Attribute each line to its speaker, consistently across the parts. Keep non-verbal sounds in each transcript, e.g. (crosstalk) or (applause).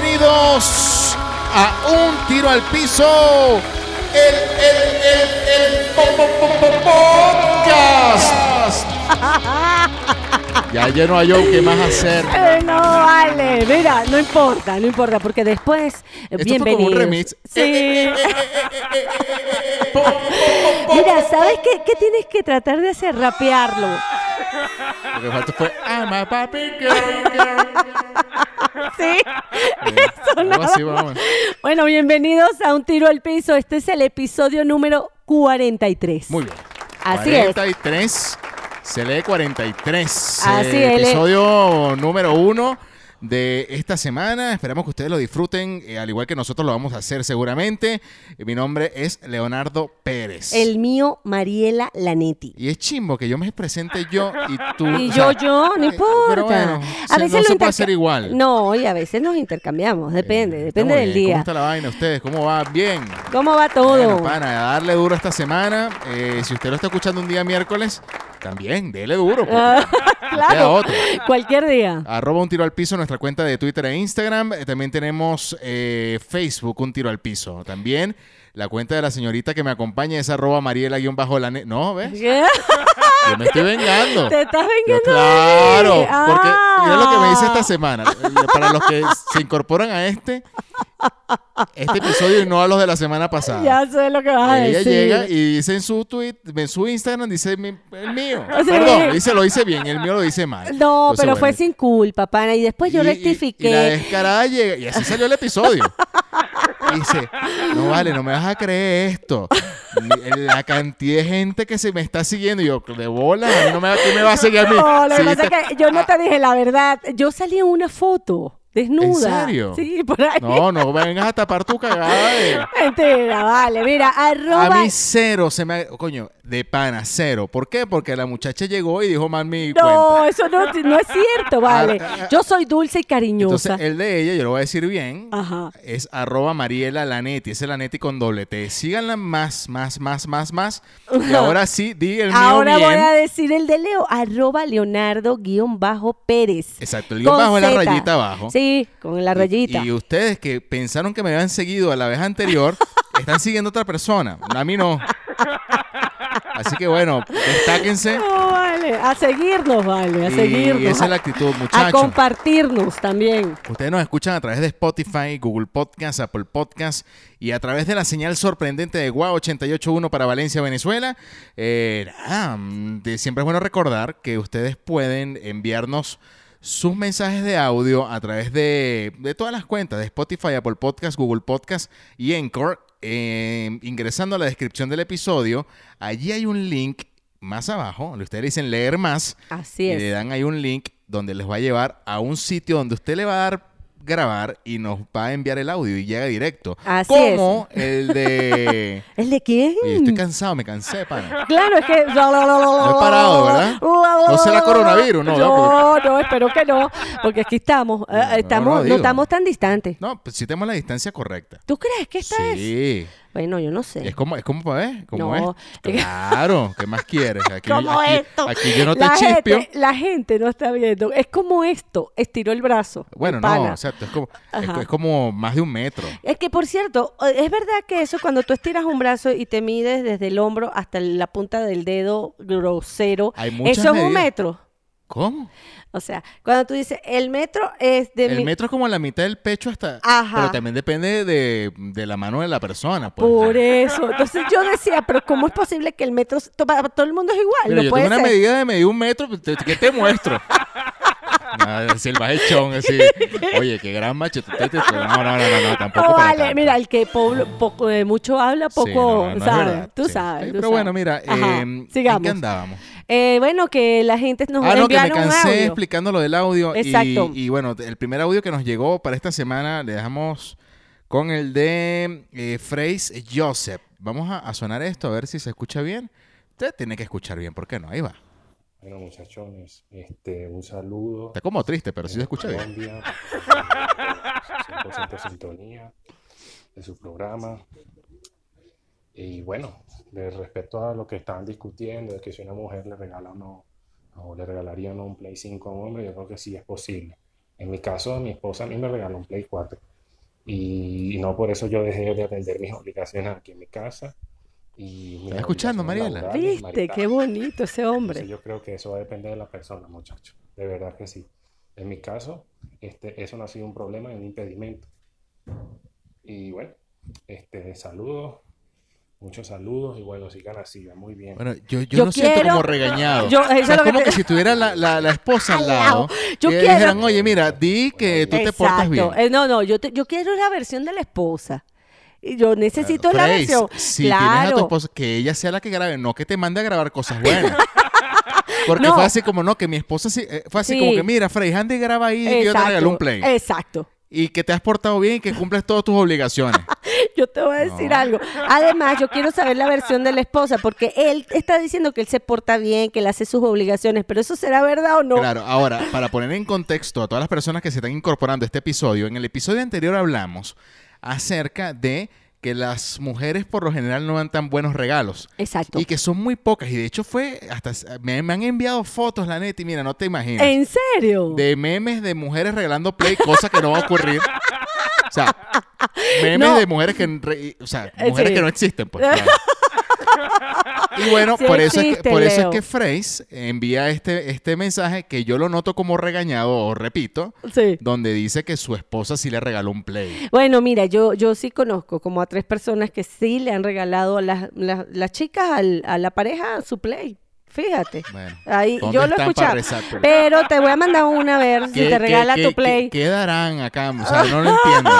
Speaker 1: Bienvenidos a Un Tiro al Piso. El, el, el, el po- po- po- po- podcast. Ya lleno a Joe, ¿qué más hacer?
Speaker 2: Eh, no vale, mira, no importa, no importa, porque después
Speaker 1: Esto fue
Speaker 2: bienvenido.
Speaker 1: como un remix. (laughs)
Speaker 2: Sí. (laughs) mira, ¿sabes qué, qué tienes que tratar de hacer? Rapearlo.
Speaker 1: (laughs) Lo que falta fue I'm a papi girl, girl.
Speaker 2: Sí. Eso
Speaker 1: Algo
Speaker 2: nada
Speaker 1: así,
Speaker 2: más.
Speaker 1: vamos.
Speaker 2: Bueno, bienvenidos a Un Tiro al Piso. Este es el episodio número 43.
Speaker 1: Muy bien.
Speaker 2: Así es.
Speaker 1: 43. Se lee 43.
Speaker 2: Así
Speaker 1: eh,
Speaker 2: es.
Speaker 1: Episodio número uno de esta semana. Esperamos que ustedes lo disfruten, eh, al igual que nosotros lo vamos a hacer seguramente. Eh, Mi nombre es Leonardo Pérez.
Speaker 2: El mío, Mariela Lanetti.
Speaker 1: Y es chimbo que yo me presente yo y tú.
Speaker 2: Y
Speaker 1: o
Speaker 2: yo,
Speaker 1: sea,
Speaker 2: yo, no
Speaker 1: eh,
Speaker 2: importa.
Speaker 1: Ah. Pero bueno,
Speaker 2: a
Speaker 1: se- no
Speaker 2: veces lo
Speaker 1: se puede
Speaker 2: interca-
Speaker 1: hacer igual.
Speaker 2: No, y a veces nos intercambiamos, depende,
Speaker 1: Eh,
Speaker 2: depende
Speaker 1: estamos
Speaker 2: del
Speaker 1: bien. ¿Cómo
Speaker 2: día.
Speaker 1: está la vaina ustedes? ¿Cómo va? Bien.
Speaker 2: ¿Cómo va
Speaker 1: Bueno,
Speaker 2: todo?
Speaker 1: pana, a darle duro esta semana. Eh, si usted lo está escuchando un día miércoles, también, dele duro. porque
Speaker 2: Ah,
Speaker 1: (laughs) no queda
Speaker 2: claro,
Speaker 1: otro.
Speaker 2: (laughs) cualquier día.
Speaker 1: Arroba un tiro al piso, nuestra cuenta de Twitter e Instagram. Eh, También tenemos eh, Facebook, un tiro al piso. También la cuenta de la señorita que me acompaña es arroba mariela-lane. No, ¿ves?
Speaker 2: ¿Qué?
Speaker 1: Yo me estoy vengando.
Speaker 2: ¿Te estás
Speaker 1: Yo,
Speaker 2: vengando?
Speaker 1: claro,
Speaker 2: de
Speaker 1: porque
Speaker 2: mí? Ah.
Speaker 1: mira lo que me dice esta semana. Eh, Para los que se incorporan a este, este episodio y no a los de la semana pasada.
Speaker 2: Ya sé lo que vas a
Speaker 1: ella
Speaker 2: decir.
Speaker 1: llega y dice en su tweet, en su Instagram, dice "Mi- el mío.
Speaker 2: Sí.
Speaker 1: Perdón, dice, lo dice bien, el mío lo dice mal.
Speaker 2: No,
Speaker 1: Entonces,
Speaker 2: pero
Speaker 1: bueno,
Speaker 2: fue sin culpa, pana. Y después Pues
Speaker 1: y-
Speaker 2: yo
Speaker 1: y-
Speaker 2: rectifiqué.
Speaker 1: Y, la descarada llega, y así salió el episodio. Y dice, no vale, no me vas a creer esto. Ni- La cantidad de gente que se me está siguiendo. Y yo, de bola, a mí no me, va- ¿quién me va a seguir a mí?
Speaker 2: (laughs) No, lo que pasa
Speaker 1: Seguiste-
Speaker 2: es que yo no te dije la verdad. Yo salí en una foto desnuda.
Speaker 1: ¿En serio?
Speaker 2: Sí, por ahí.
Speaker 1: No, no vengas a tapar tu cagada. de-
Speaker 2: (laughs) Mentira, vale. Mira,
Speaker 1: A
Speaker 2: arroba
Speaker 1: mí cero se me... ha- Coño, de pana, cero. ¿Por qué? Porque la muchacha llegó y dijo, man, mi cuenta. Ah,
Speaker 2: No, eso no, no es cierto, vale. Yo soy dulce
Speaker 1: Entonces,
Speaker 2: y
Speaker 1: eh,
Speaker 2: cariñosa.
Speaker 1: el de ella, yo lo voy a decir bien,
Speaker 2: Ajá.
Speaker 1: es arroba Mariela Lanetti, es el Lanetti con doble T. Síganla más, más, más, más, más.
Speaker 2: (laughs)
Speaker 1: Y ahora sí, di el mío
Speaker 2: Ahora
Speaker 1: bien.
Speaker 2: voy a decir el de Leo, arroba Leonardo guión bajo Pérez.
Speaker 1: Exacto, el guión
Speaker 2: Con
Speaker 1: bajo es la
Speaker 2: Z.
Speaker 1: rayita abajo.
Speaker 2: Sí, con la
Speaker 1: Y-
Speaker 2: rayita.
Speaker 1: Y, ustedes que pensaron que me habían seguido a la vez
Speaker 2: (laughs)
Speaker 1: anterior, están siguiendo a otra persona. A mí no. Así que bueno, destáquense.
Speaker 2: No, vale. A seguirnos, vale, a
Speaker 1: eh, Y
Speaker 2: seguirnos.
Speaker 1: esa es la actitud,
Speaker 2: a
Speaker 1: muchachos.
Speaker 2: compartirnos también.
Speaker 1: Ustedes nos escuchan a través de Spotify, Google Podcast, Apple Podcast y a través de la señal sorprendente de Guau 881 para Valencia, Venezuela. Eh, nada, mm, de- siempre es bueno recordar que ustedes pueden enviarnos sus mensajes de audio a través de, de todas las cuentas de Spotify, Apple Podcast, Google Podcast y Encore. Eh, ingresando a la descripción del episodio, allí hay un link más abajo, donde ustedes le dicen leer más
Speaker 2: Así
Speaker 1: y eh, le
Speaker 2: es.
Speaker 1: dan ahí un link donde les va a llevar a un sitio donde usted le va a dar grabar y nos va a enviar el audio y llega directo.
Speaker 2: Así
Speaker 1: como el
Speaker 2: (laughs)
Speaker 1: de...
Speaker 2: ¿El de quién?
Speaker 1: Oye, estoy cansado, me cansé, pana.
Speaker 2: Claro,
Speaker 1: (laughs)
Speaker 2: es que. No
Speaker 1: este he parado, ¿verdad? No será coronavirus, ¿no?
Speaker 2: No, no, espero que no, porque aquí estamos. eh,
Speaker 1: No, no,
Speaker 2: estamos
Speaker 1: no
Speaker 2: no,
Speaker 1: digo.
Speaker 2: estamos tan distantes.
Speaker 1: No, pues sí tenemos la distancia correcta.
Speaker 2: ¿Tú crees que esta es?
Speaker 1: Sí.
Speaker 2: Bueno, yo no sé.
Speaker 1: Es como, es como, ¿ves? Como
Speaker 2: No.
Speaker 1: es. Claro, ¿qué más quieres?
Speaker 2: (laughs)
Speaker 1: Aquí,
Speaker 2: como
Speaker 1: aquí-
Speaker 2: esto.
Speaker 1: aquí yo no te
Speaker 2: la
Speaker 1: chispio.
Speaker 2: Gente, la gente no está viendo. Es como esto. Estiró el brazo.
Speaker 1: Bueno,
Speaker 2: mi
Speaker 1: no,
Speaker 2: pana.
Speaker 1: exacto. Es como, es,
Speaker 2: Ajá.
Speaker 1: es como más de un metro.
Speaker 2: Es que, por cierto, eh, es verdad que eso cuando tú estiras un brazo y te mides desde el hombro hasta la punta del dedo grosero,
Speaker 1: Hay muchas
Speaker 2: eso es un
Speaker 1: medidas.
Speaker 2: metro.
Speaker 1: ¿Cómo?
Speaker 2: O sea, cuando tú dices, el metro es de mi...
Speaker 1: El metro es como la mitad del pecho hasta...
Speaker 2: Ajá.
Speaker 1: Pero también depende de, de la mano de la persona. Pues.
Speaker 2: Por eso. Entonces yo decía, pero ¿cómo es posible que el metro... to- Para todo el mundo es igual,
Speaker 1: Mira,
Speaker 2: no
Speaker 1: yo
Speaker 2: puede
Speaker 1: tengo una
Speaker 2: ser.
Speaker 1: medida de medir un metro, pues, te- ¿qué te
Speaker 2: (laughs)
Speaker 1: muestro? Nada, el salvaje chón, así. Oye, qué gran machete. este, No, no, no, no, no, tampoco.
Speaker 2: No
Speaker 1: para
Speaker 2: vale,
Speaker 1: tanto.
Speaker 2: mira, el que poblo- poco, eh, mucho habla,
Speaker 1: Sí,
Speaker 2: poco
Speaker 1: no, no, no es
Speaker 2: sabe.
Speaker 1: verdad,
Speaker 2: tú
Speaker 1: sí.
Speaker 2: sabes.
Speaker 1: Eh,
Speaker 2: tú
Speaker 1: Pero
Speaker 2: sabes.
Speaker 1: bueno, mira,
Speaker 2: Ajá,
Speaker 1: eh, ¿en qué
Speaker 2: sigamos.
Speaker 1: andábamos?
Speaker 2: Eh, bueno, que la gente nos
Speaker 1: Ah, no, que me
Speaker 2: enviaron un
Speaker 1: cansé
Speaker 2: audio.
Speaker 1: explicando lo del audio. y-
Speaker 2: Exacto.
Speaker 1: Y, bueno, el primer audio que nos llegó para esta semana le dejamos con el de eh, Freys Joseph. Vamos a, a sonar esto, a ver si se escucha bien. Usted tiene que escuchar bien, ¿por qué no? Ahí va.
Speaker 3: Bueno, muchachones, este, un saludo.
Speaker 1: Está como triste, pero sí se
Speaker 3: desde
Speaker 1: escucha bien. (laughs)
Speaker 3: Colombia, 100% sintonía de su programa. Y bueno, de respecto a lo que estaban discutiendo, de que si una mujer le regala o no, o le regalaría o no un Play 5 a un hombre, yo creo que sí es posible. En mi caso, mi esposa a mí me regaló un Play 4. Y no por eso yo dejé de atender mis obligaciones aquí en mi casa. Y mis
Speaker 1: ¿Estás escuchando,
Speaker 3: obligaciones
Speaker 1: Mariela?
Speaker 3: laborales,
Speaker 2: Viste, qué
Speaker 3: maritales.
Speaker 2: bonito ese hombre.
Speaker 3: Entonces, yo creo que eso va a depender de la persona, muchacho. De verdad que sí. En mi caso, este, eso no ha sido un problema y un impedimento. Y bueno, este, saludos, muchos saludos y bueno, sigan así, va muy bien.
Speaker 1: Bueno, yo, yo,
Speaker 2: Yo
Speaker 1: lo siento
Speaker 2: quiero-
Speaker 1: como regañado.
Speaker 2: Yo- eso
Speaker 1: O sea,
Speaker 2: es lo que
Speaker 1: como
Speaker 2: te-
Speaker 1: que si tuviera la, la- la esposa al
Speaker 2: Al
Speaker 1: lado,
Speaker 2: lado. Yo
Speaker 1: y le
Speaker 2: quiero-
Speaker 1: dijeran, oye, mira, di que tú te portas bien.
Speaker 2: Eh, no, no, yo, te- yo quiero la versión de la esposa. Y Yo necesito la
Speaker 1: Grace,
Speaker 2: versión.
Speaker 1: Si tienes a tu
Speaker 2: claro.
Speaker 1: esposa, que ella sea la que grabe, no que te mande a grabar cosas
Speaker 2: (laughs)
Speaker 1: buenas. Porque
Speaker 2: No.
Speaker 1: fue así como, no, que mi esposa sí, eh, fue así
Speaker 2: Sí.
Speaker 1: como que, mira, Frey, Handy graba ahí y yo te
Speaker 2: Exacto, Eh.
Speaker 1: regalo un play.
Speaker 2: Exacto. (laughs)
Speaker 1: Y que te has portado bien y que cumples todas tus obligaciones.
Speaker 2: Yo te voy a decir
Speaker 1: No.
Speaker 2: algo. Además, yo quiero saber la versión de la esposa, porque él está diciendo que él se porta bien, que él hace sus obligaciones, pero eso será verdad o no.
Speaker 1: Claro, ahora, para poner en contexto a todas las personas que se están incorporando a este episodio, en el episodio anterior hablamos acerca de que las mujeres por lo general no dan tan buenos regalos.
Speaker 2: Exacto.
Speaker 1: Y que son muy pocas. Y de hecho fue, hasta me, me han enviado fotos, la neta, y mira, no te imaginas.
Speaker 2: ¿En serio?
Speaker 1: de memes de mujeres regalando play, cosa que no va a ocurrir. O sea, memes
Speaker 2: No. Eh,
Speaker 1: de mujeres que, re- o sea, mujeres
Speaker 2: sí.
Speaker 1: que no existen, pues. claro. Y bueno,
Speaker 2: Sí
Speaker 1: por, eso es que,
Speaker 2: existen,
Speaker 1: por eso es
Speaker 2: Leo.
Speaker 1: que Freys envía este, este mensaje que yo lo noto como regañado, o repito,
Speaker 2: Sí.
Speaker 1: donde dice que su esposa sí le regaló un play.
Speaker 2: Bueno, mira, yo, yo sí conozco como a tres personas que sí le han regalado a las, las, las chicas al- a la pareja su play. Fíjate.
Speaker 1: Bueno,
Speaker 2: Ahí,
Speaker 1: ¿dónde
Speaker 2: yo lo he
Speaker 1: están para
Speaker 2: escuchado.
Speaker 1: rezar por-
Speaker 2: Pero te voy a mandar una a ver
Speaker 1: ¿Qué-
Speaker 2: si
Speaker 1: qué-
Speaker 2: te regala
Speaker 1: qué-
Speaker 2: tu play.
Speaker 1: ¿Qué qué darán acá? O sea, no lo entiendo.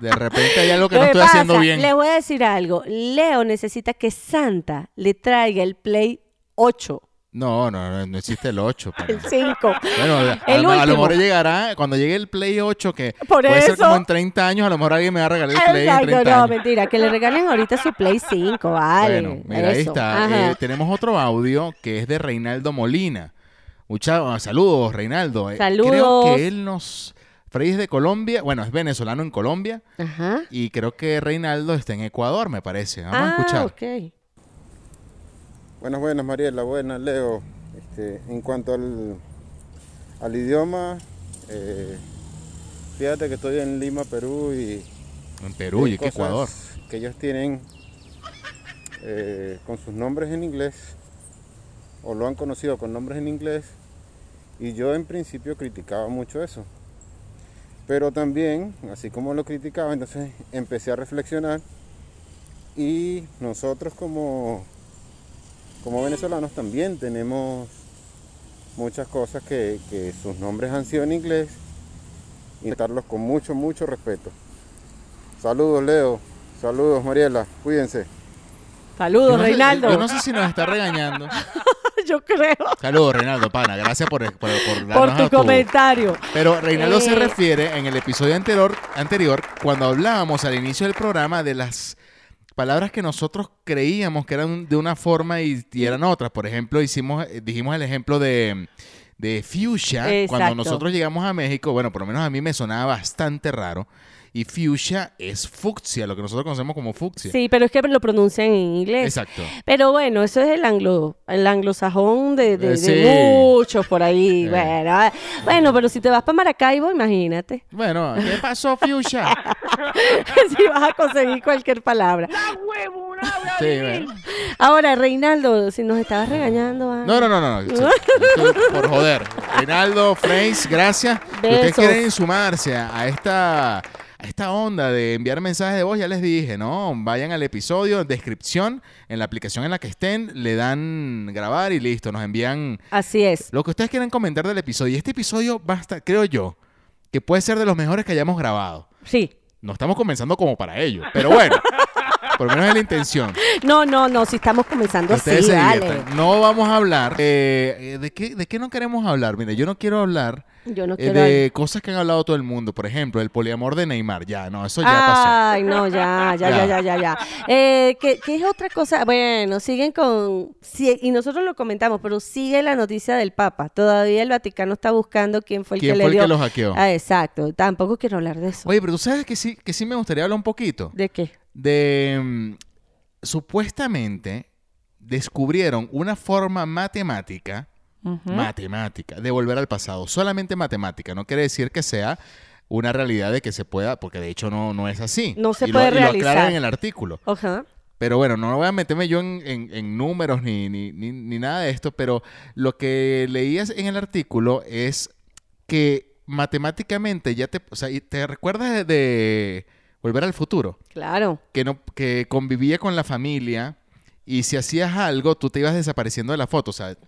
Speaker 1: De repente hay algo que
Speaker 2: Lo
Speaker 1: no
Speaker 2: que
Speaker 1: estoy
Speaker 2: pasa,
Speaker 1: haciendo bien.
Speaker 2: Le voy a decir algo. Leo necesita que Santa le traiga el Play 8,
Speaker 1: No, no, no, no existe el 8.
Speaker 2: el 5.
Speaker 1: (laughs) Bueno, a- a,
Speaker 2: (laughs) El
Speaker 1: lo- a lo
Speaker 2: último.
Speaker 1: mejor llegará, cuando llegue el Play 8, que
Speaker 2: Por
Speaker 1: puede ser
Speaker 2: eso-
Speaker 1: como en 30 años, a lo mejor alguien me va a regalar el Play en
Speaker 2: Exacto,
Speaker 1: 30
Speaker 2: no,
Speaker 1: años.
Speaker 2: mentira. Que le regalen ahorita su Play 5, vale.
Speaker 1: Bueno, mira, ahí
Speaker 2: eso,
Speaker 1: está.
Speaker 2: ajá.
Speaker 1: Eh, tenemos otro audio que es de Reinaldo Molina. Mucha, ah, saludos, Reinaldo. Eh, Creo
Speaker 2: Saludos.
Speaker 1: que él nos... Freddy es de Colombia, bueno, es venezolano en Colombia
Speaker 2: Ajá.
Speaker 1: y creo que Reinaldo está en Ecuador, me parece. Vamos a
Speaker 2: ah,
Speaker 1: escuchar.
Speaker 2: ok.
Speaker 4: Buenas, buenas, Mariela. Buenas, Leo. Este, en cuanto al, al idioma, eh, fíjate que estoy en Lima, Perú y
Speaker 1: En Perú
Speaker 4: hay
Speaker 1: y que
Speaker 4: cosas
Speaker 1: Ecuador.
Speaker 4: que ellos tienen eh, con sus nombres en inglés o lo han conocido con nombres en inglés y yo en principio criticaba mucho eso pero también así como lo criticaba entonces empecé a reflexionar y nosotros como como venezolanos también tenemos muchas cosas que, que sus nombres han sido en inglés y tratarlos con mucho mucho respeto Saludos, Leo. Saludos, Mariela. Cuídense.
Speaker 2: Saludos,
Speaker 1: Yo no sé-
Speaker 2: Reinaldo.
Speaker 1: yo no sé si nos está regañando.
Speaker 2: (laughs) Yo creo.
Speaker 1: Saludos, Reinaldo, pana. Gracias por, por, por darnos
Speaker 2: por tu
Speaker 1: a
Speaker 2: comentario.
Speaker 1: Pero Reinaldo se
Speaker 2: Eh.
Speaker 1: refiere en el episodio anterior, anterior, cuando hablábamos al inicio del programa de las palabras que nosotros creíamos que eran de una forma y, y eran otras. Por ejemplo, hicimos, eh, dijimos el ejemplo de, de fuchsia. Cuando
Speaker 2: Exacto.
Speaker 1: nosotros llegamos a México, bueno, por lo menos a mí me sonaba bastante raro. Y fuchsia es fucsia, lo que nosotros conocemos como fucsia.
Speaker 2: Sí, pero es que lo pronuncian en inglés.
Speaker 1: Exacto.
Speaker 2: Pero bueno, eso es el anglo, el anglosajón de, de-
Speaker 1: Eh,
Speaker 2: de
Speaker 1: sí.
Speaker 2: muchos por ahí.
Speaker 1: Eh.
Speaker 2: Bueno, ah, bueno, pero si te vas para Maracaibo, imagínate. (laughs)
Speaker 1: Bueno, ¿qué pasó, fuchsia?
Speaker 2: si vas a conseguir cualquier palabra.
Speaker 1: sí, bueno.
Speaker 2: Ahora, Reinaldo, si nos estabas regañando. ah.
Speaker 1: No, no, no, no. no. Por joder. Reinaldo, Freys, gracias. Si ustedes
Speaker 2: Besos.
Speaker 1: quieren sumarse a a esta, a esta onda de enviar mensajes de voz, ya les dije, ¿no? Vayan al episodio, descripción, en la aplicación en la que estén, le dan grabar y listo. Nos envían
Speaker 2: Así es.
Speaker 1: lo que ustedes quieran comentar del episodio. Y este episodio basta, creo yo, que puede ser de los mejores que hayamos grabado.
Speaker 2: Sí.
Speaker 1: No estamos comenzando como para ello, pero bueno. Por lo menos es la intención.
Speaker 2: No, no, no, si estamos comenzando así,
Speaker 1: Ustedes se
Speaker 2: dale.
Speaker 1: diviertan. No vamos a hablar. eh, eh, ¿de, qué, ¿De qué no queremos hablar? Mira, yo no quiero hablar
Speaker 2: Yo no
Speaker 1: eh,
Speaker 2: quiero.
Speaker 1: de cosas que han hablado todo el mundo. Por ejemplo, el poliamor de Neymar. Ya, no, eso ya
Speaker 2: Ah,
Speaker 1: pasó.
Speaker 2: Ay, no, ya,
Speaker 1: Ya.
Speaker 2: ya, ya, ya, ya, ya. Eh, ¿qué, qué es otra cosa? Bueno, siguen con... sí, y nosotros lo comentamos, pero sigue la noticia del Papa. Todavía el Vaticano está buscando quién fue el
Speaker 1: ¿Quién
Speaker 2: que
Speaker 1: fue el
Speaker 2: le dio...
Speaker 1: que los hackeó?
Speaker 2: Ah, exacto. Tampoco quiero hablar de eso.
Speaker 1: Oye, pero tú sabes que sí, que sí me gustaría hablar un poquito.
Speaker 2: ¿De qué?
Speaker 1: De. mm, supuestamente descubrieron una forma matemática. Matemática, de volver al pasado. Solamente matemática. No quiere decir que sea una realidad de que se pueda, porque de hecho no, no es así.
Speaker 2: No se
Speaker 1: Y
Speaker 2: puede
Speaker 1: lo, y lo aclaran
Speaker 2: realizar.
Speaker 1: en el artículo.
Speaker 2: Ajá.
Speaker 1: Pero bueno, no voy a meterme yo en, en- en números ni, ni- ni- ni nada de esto, pero lo que leías en el artículo es que matemáticamente ya te... O sea, y ¿te recuerdas de, de Volver al Futuro?
Speaker 2: Claro.
Speaker 1: Que, no, que convivía con la familia y si hacías algo, tú te ibas desapareciendo de la foto. O sea, es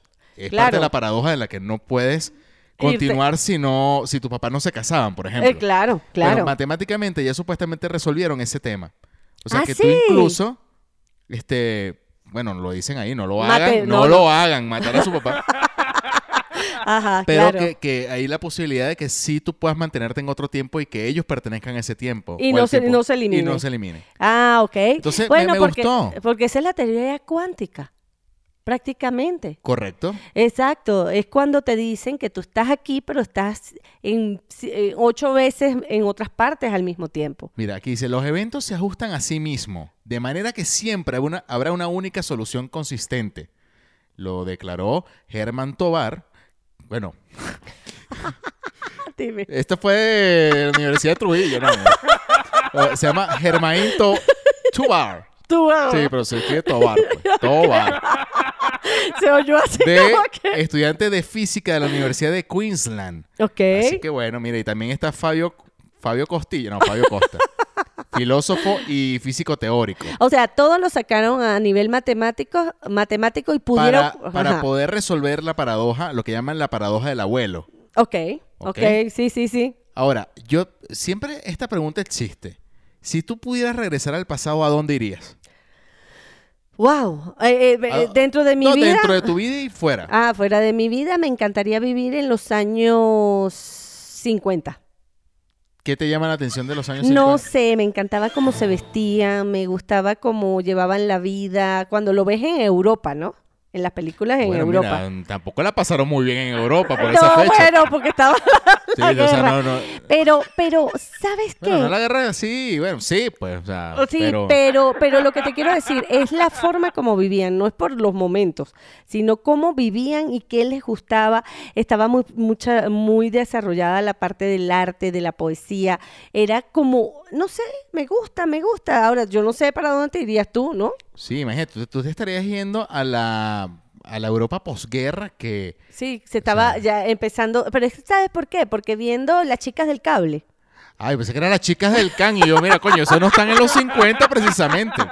Speaker 1: parte
Speaker 2: Claro.
Speaker 1: de la paradoja de la que no puedes
Speaker 2: Irte.
Speaker 1: continuar si, no, si tus papás no se casaban, por ejemplo.
Speaker 2: Eh, claro,
Speaker 1: Bueno,
Speaker 2: claro.
Speaker 1: matemáticamente ya supuestamente resolvieron ese tema. O sea
Speaker 2: Ah,
Speaker 1: que tú
Speaker 2: sí.
Speaker 1: incluso, este, bueno, lo dicen ahí, no lo
Speaker 2: Mate-
Speaker 1: hagan, no,
Speaker 2: no,
Speaker 1: lo
Speaker 2: no.
Speaker 1: hagan, matar a su
Speaker 2: (laughs)
Speaker 1: papá.
Speaker 2: Ajá,
Speaker 1: Pero
Speaker 2: claro.
Speaker 1: que, que hay la posibilidad de que sí tú puedas mantenerte en otro tiempo y que ellos pertenezcan a ese tiempo.
Speaker 2: Y
Speaker 1: o
Speaker 2: no
Speaker 1: al
Speaker 2: se-
Speaker 1: tiempo-
Speaker 2: no se elimine.
Speaker 1: Y no se elimine.
Speaker 2: Ah, ok.
Speaker 1: Entonces, me-
Speaker 2: bueno,
Speaker 1: me
Speaker 2: porque,
Speaker 1: gustó.
Speaker 2: porque esa es la teoría cuántica, prácticamente.
Speaker 1: ¿Correcto?
Speaker 2: Exacto, es cuando te dicen que tú estás aquí, pero estás en, ci- eh, ocho veces en otras partes al mismo tiempo.
Speaker 1: Mira, aquí dice, los eventos se ajustan a sí mismo, de manera que siempre habrá una, habrá una única solución consistente. Lo declaró Germán Tobar. Bueno,
Speaker 2: Dime.
Speaker 1: Esta fue de la Universidad de Trujillo, ¿no? Eh, Se llama Germain To- Tobar.
Speaker 2: Tú, ah,
Speaker 1: Sí, pero se escribe Tobar. pues. Tobar.
Speaker 2: se oyó así (laughs)
Speaker 1: De eh,
Speaker 2: como que...
Speaker 1: estudiante de física de la Universidad de Queensland. Así
Speaker 2: Ok,
Speaker 1: que bueno, mira, y también está Fabio, Fabio Costilla, no, Fabio
Speaker 2: (laughs)
Speaker 1: Costa. filósofo y físico teórico.
Speaker 2: o sea, todos lo sacaron a nivel matemático, matemático y pudieron...
Speaker 1: Para, para
Speaker 2: Ajá.
Speaker 1: poder resolver la paradoja, lo que llaman la paradoja del abuelo.
Speaker 2: Ok,
Speaker 1: Ok.
Speaker 2: ok, sí, sí, sí.
Speaker 1: Ahora, yo siempre esta pregunta existe. Si tú pudieras regresar al pasado, ¿a dónde irías?
Speaker 2: Wow, eh, eh,
Speaker 1: Ah,
Speaker 2: dentro de mi
Speaker 1: no,
Speaker 2: vida...
Speaker 1: dentro de tu vida y fuera.
Speaker 2: Ah, fuera de mi vida me encantaría vivir en los años 50.
Speaker 1: ¿Qué te llama la atención de los años 50?
Speaker 2: No sé, me encantaba cómo se vestían, me gustaba cómo llevaban la vida. Cuando lo ves en Europa, ¿no? En las películas en
Speaker 1: Bueno, mira, mm,
Speaker 2: Europa.
Speaker 1: tampoco la pasaron muy bien en Europa
Speaker 2: (laughs)
Speaker 1: por esa
Speaker 2: no,
Speaker 1: fecha.
Speaker 2: bueno, porque estaba (laughs)
Speaker 1: Sí,
Speaker 2: la
Speaker 1: o sea,
Speaker 2: guerra.
Speaker 1: no, no.
Speaker 2: Pero, pero, ¿sabes qué?
Speaker 1: Bueno, no la guerra sí, bueno, sí, pues, o sea,
Speaker 2: O Oh, Sí,
Speaker 1: pero,
Speaker 2: pero... pero lo que te quiero decir es la forma como vivían, no es por los momentos, sino cómo vivían y qué les gustaba. Estaba muy mucha muy desarrollada la parte del arte, de la poesía. Era como, no sé, me gusta, me gusta. Ahora yo no sé para dónde te irías tú, ¿no?
Speaker 1: sí, imagínate, tú, tú te estarías yendo a la a la Europa posguerra que
Speaker 2: Sí, se estaba ya empezando, pero es que ¿sabes por qué? Porque viendo las chicas del cable.
Speaker 1: ay, pensé que eran las chicas del can y yo, mira, coño, eso no están en los 50 precisamente.